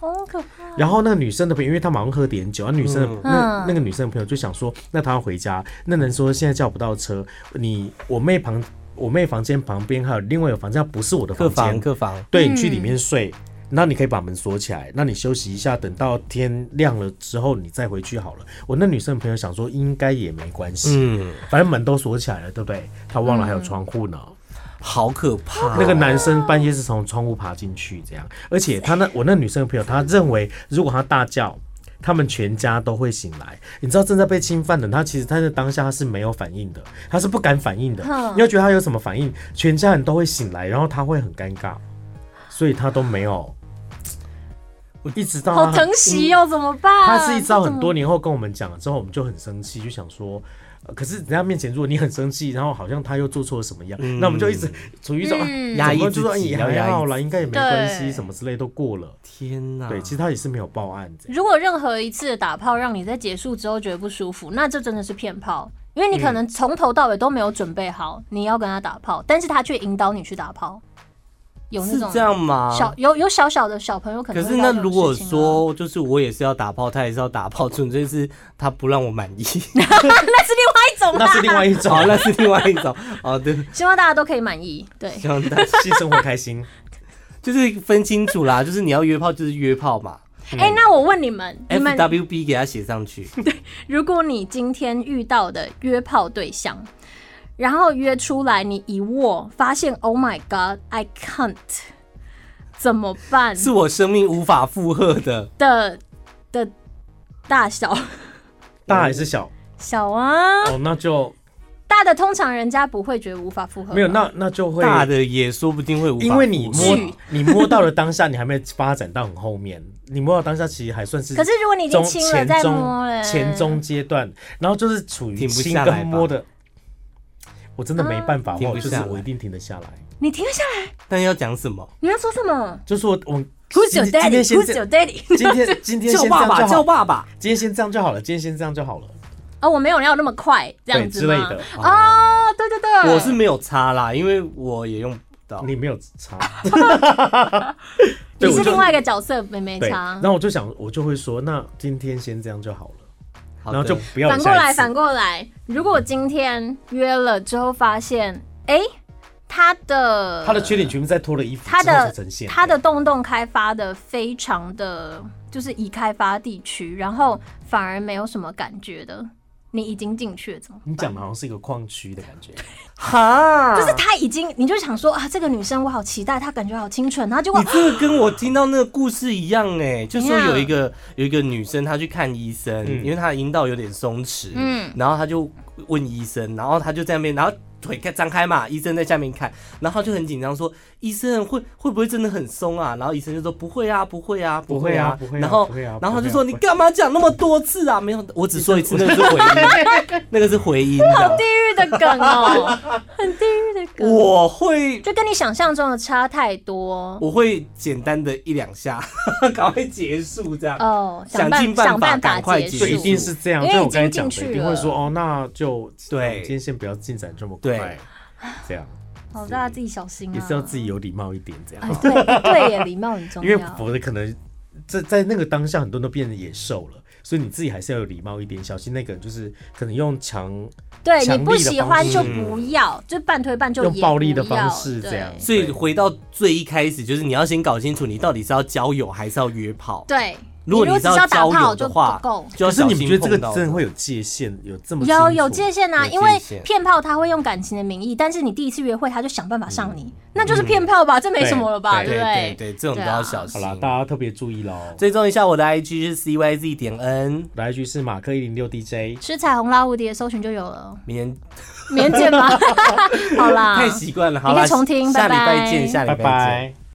Speaker 1: 好可怕。
Speaker 2: 然后那个女生的朋友，因为他们好像喝点酒，那女生的、
Speaker 3: 嗯
Speaker 2: 那
Speaker 1: 嗯
Speaker 2: 那个女生的朋友就想说，那她要回家，那人说现在叫不到车，你我妹旁我妹房间旁边还有另外一个房间，不是我的
Speaker 3: 客
Speaker 2: 房
Speaker 3: 房
Speaker 2: 间，
Speaker 3: 客房，
Speaker 2: 对
Speaker 1: 嗯
Speaker 2: 你去里面睡。那你可以把门锁起来，那你休息一下，等到天亮了之后你再回去好了。我那女生的朋友想说应该也没关系，
Speaker 3: 嗯，
Speaker 2: 反正门都锁起来了，对不对？她忘了还有窗户呢。
Speaker 3: 好可怕。
Speaker 2: 那个男生半夜是从窗户爬进去这样，而且他那我那女生的朋友，他认为如果他大叫，他们全家都会醒来。你知道正在被侵犯的他，其实他在当下他是没有反应的，他是不敢反应的。
Speaker 1: 哼
Speaker 2: 你要觉得他有什么反应，全家人都会醒来，然后他会很尴尬，所以他都没有。我一直到
Speaker 1: 好
Speaker 2: 他
Speaker 1: 疼惜哦，怎么办？
Speaker 2: 他是一直到很
Speaker 1: 这
Speaker 2: 多
Speaker 1: 怎么
Speaker 2: 年后跟我们讲了之后，我们就很生气，就想说。呃可是人家面前，如果你很生气，然后好像他又做错了什么样，
Speaker 3: 嗯
Speaker 2: 那我们就一直处于一种啊
Speaker 1: 嗯
Speaker 2: 压抑自己，
Speaker 3: 怎么
Speaker 2: 就说
Speaker 3: 会自己
Speaker 2: 也
Speaker 3: 要压抑
Speaker 2: 还好啦，
Speaker 3: 自己啊
Speaker 2: 应该也没关系，
Speaker 1: 对
Speaker 2: 什么之类都过了。
Speaker 3: 天哪，
Speaker 2: 对，其实他也是没有报案 这样。
Speaker 1: 如果任何一次的打炮让你在结束之后觉得不舒服，那这真的是骗炮，因为你
Speaker 3: 嗯
Speaker 1: 可能从头到尾都没有准备好你要跟他打炮，但是他却引导你去打炮，有那
Speaker 3: 是
Speaker 1: 种
Speaker 3: 这样吗？
Speaker 1: 小有有小小的小朋友可
Speaker 3: 可
Speaker 1: 能
Speaker 3: 是
Speaker 1: 会遇到
Speaker 3: 那
Speaker 1: 这种
Speaker 3: 如果
Speaker 1: 事情啊
Speaker 3: 说就是我也是要打炮，他也是要打炮，纯粹是他不让我满意，
Speaker 1: 那是另外一种
Speaker 2: 那是
Speaker 1: 啦，
Speaker 2: 另外一种
Speaker 3: 好，，那是另外一种。哦，对，
Speaker 1: 希望大家都可以满意。对，
Speaker 3: 希望大家
Speaker 2: 性生活开心。
Speaker 3: 就是分清楚啦，就是你要约炮就是约炮嘛
Speaker 1: 哎、那我问你们，你
Speaker 3: ，F
Speaker 1: 们
Speaker 3: W B 给他写上去，
Speaker 1: 如果你今天遇到的约炮对象，然后约出来，你一握发现，Oh my God，I can't，怎么办？
Speaker 3: 是我生命无法负荷的。
Speaker 1: 的的大小
Speaker 2: 大还是小？
Speaker 1: 小啊，
Speaker 2: 哦，那就
Speaker 1: 大的通常人家不会觉得无法负荷吧，
Speaker 2: 没有，那那就会
Speaker 3: 嗯大的也说不定会无法负荷，
Speaker 2: 因为你摸
Speaker 1: 剧
Speaker 2: 你摸到了当下，你还没发展到很后面，你摸到当下其实还算是。
Speaker 1: 可是如果你已经
Speaker 2: 中
Speaker 1: 亲了
Speaker 2: 前
Speaker 1: 再摸了，
Speaker 2: 中前中阶段，然后就是处于
Speaker 3: 停不
Speaker 2: 亲
Speaker 3: 下来
Speaker 2: 跟
Speaker 3: 吧
Speaker 2: 摸的，我真的没办法，
Speaker 3: 停
Speaker 2: 我
Speaker 3: 不
Speaker 2: 就是
Speaker 3: 下来
Speaker 2: 我一定啊停得下来。
Speaker 1: 你停下来，
Speaker 3: 但要讲什么？
Speaker 1: 你要说什么
Speaker 2: 就是我我
Speaker 1: ？Who's
Speaker 2: 今
Speaker 1: your
Speaker 2: 今
Speaker 1: daddy?
Speaker 2: 天先
Speaker 1: Who's
Speaker 2: 这
Speaker 1: your daddy?
Speaker 2: 今天今天
Speaker 3: 叫
Speaker 2: 先这
Speaker 3: 爸
Speaker 2: 样
Speaker 3: 爸，
Speaker 2: 就
Speaker 3: 叫
Speaker 2: 好，
Speaker 3: 爸爸。
Speaker 2: 今天先这样就好了，今天先这样就好了。
Speaker 1: 哦，我没有要那么快，这样
Speaker 2: 对
Speaker 1: 子
Speaker 2: 之类
Speaker 1: 吗
Speaker 2: 的
Speaker 1: 哦，对对对，
Speaker 3: 我是没有差啦，因为我也用不到。
Speaker 2: 你没有差，对
Speaker 1: 你
Speaker 2: 我
Speaker 1: 是
Speaker 2: 就
Speaker 1: 另外一个角色，没没
Speaker 2: 对。
Speaker 1: 差
Speaker 2: 然。后我就想，我就会说，那今天先这样就好了，
Speaker 3: 好
Speaker 2: 然后
Speaker 3: 的
Speaker 2: 就不要有
Speaker 1: 反过来，
Speaker 2: 下一次
Speaker 1: 反过来，如果我今天约了之后发现，哎、他的
Speaker 2: 他的缺点全部在脱了衣服
Speaker 1: 他
Speaker 2: 之后才
Speaker 1: 的
Speaker 2: 呈现。
Speaker 1: 他的洞洞开发的非常的，就是已开发地区，然后反而没有什么感觉的，你已经进去了，怎么
Speaker 2: 你讲的好像是一个矿区的感 觉，
Speaker 3: 哈，
Speaker 1: 就是他已经，你就想说啊，这个女生我好期待，她感觉好清纯，然后结果
Speaker 3: 你这个跟我听到那个故事一样哎、就说
Speaker 1: 怎样
Speaker 3: 有一个有一个女生，她去看医生，
Speaker 2: 嗯
Speaker 3: 因为她的阴道有点松弛，嗯
Speaker 1: 嗯，
Speaker 3: 然后她就问医生，然后她就在那边，然后腿开张开嘛，医生在下面看，然后她就很紧张说，医生会会不会真的很松啊？然后医生就说不会啊，不会啊，
Speaker 2: 不
Speaker 3: 会
Speaker 2: 会啊不会啊
Speaker 3: 然后
Speaker 2: 不会啊
Speaker 3: 然后她就
Speaker 2: 不会啊
Speaker 3: 说你干嘛讲那么多次啊？没有，我只说一次，那个是回音，那个是回音的
Speaker 1: 地。狱啊的梗哦、很地狱的梗，
Speaker 3: 我会
Speaker 1: 就跟你想象中的差太多
Speaker 3: 我会简单的一两下， 赶快结束这样。
Speaker 1: 哦。
Speaker 3: 想
Speaker 1: 办
Speaker 3: 尽办
Speaker 1: 想
Speaker 3: 法
Speaker 1: 办
Speaker 3: 赶快
Speaker 1: 结
Speaker 3: 结
Speaker 1: 束，
Speaker 2: 所
Speaker 3: 束
Speaker 2: 以一定是这样。
Speaker 1: 因为
Speaker 2: 就像我
Speaker 1: 已
Speaker 2: 刚才
Speaker 1: 经
Speaker 2: 讲
Speaker 1: 进
Speaker 2: 的，
Speaker 1: 去
Speaker 2: 一定会
Speaker 1: 了
Speaker 2: 说哦，那就
Speaker 3: 对
Speaker 2: 今天先不要进展这么
Speaker 3: 对
Speaker 2: 快，这样
Speaker 1: 好，大家自己小心啊！
Speaker 2: 也是要自己有礼貌一点，这样
Speaker 1: 啊，。对 对耶，礼貌很重
Speaker 2: 因为
Speaker 1: 要。
Speaker 2: 否则可能在在那个当下，很多人都变得野兽了，所以你自己还是要有礼貌一点，小心那个人就是可能用强
Speaker 1: 对
Speaker 2: 强
Speaker 1: 你
Speaker 2: 力的
Speaker 1: 不喜欢就
Speaker 3: 方式
Speaker 1: 不要，就半推半就也
Speaker 2: 用暴力的
Speaker 1: 不要
Speaker 2: 方式这样
Speaker 1: 对
Speaker 3: 所以回到最一开始，就是你要先搞清楚你到底是要交友还是要约炮。
Speaker 1: 对，
Speaker 3: 如果
Speaker 1: 你
Speaker 3: 你
Speaker 1: 如果
Speaker 3: 是
Speaker 1: 只是要打
Speaker 3: 交
Speaker 1: 炮
Speaker 3: 友
Speaker 1: 就
Speaker 3: 的
Speaker 1: 不
Speaker 3: 话
Speaker 1: 够，
Speaker 3: 就
Speaker 2: 可
Speaker 3: 要
Speaker 2: 是
Speaker 3: 小
Speaker 2: 你们
Speaker 3: 心
Speaker 2: 觉得这
Speaker 3: 碰
Speaker 2: 个
Speaker 3: 到
Speaker 2: 真的会有界限，有这么
Speaker 1: 有
Speaker 2: 清
Speaker 1: 有
Speaker 2: 楚
Speaker 1: 界限啊，
Speaker 3: 有
Speaker 1: 因为
Speaker 3: 界限
Speaker 1: 骗炮他会用感情的名义，但是你第一次约会他就想办法上你，那就是骗炮吧，这没什么了吧，
Speaker 3: 对
Speaker 1: 不
Speaker 3: 嗯对对，这种都
Speaker 1: 对
Speaker 3: 要
Speaker 1: 啊
Speaker 3: 小心
Speaker 2: 好。啦，大家特别注意喽。
Speaker 3: 追踪一下我的 IG 是 cyz 点 n，
Speaker 2: 来一句是马克一零六 DJ，
Speaker 1: 吃彩虹拉蝴蝶搜寻就有了，
Speaker 3: 明天
Speaker 1: 明天见吧。好啦，
Speaker 3: 太习惯了，好
Speaker 1: 你可以
Speaker 3: 啦，
Speaker 1: 重听拜
Speaker 3: 下礼拜
Speaker 1: 拜
Speaker 3: 见，下礼
Speaker 2: 拜
Speaker 3: 拜见。
Speaker 2: 拜。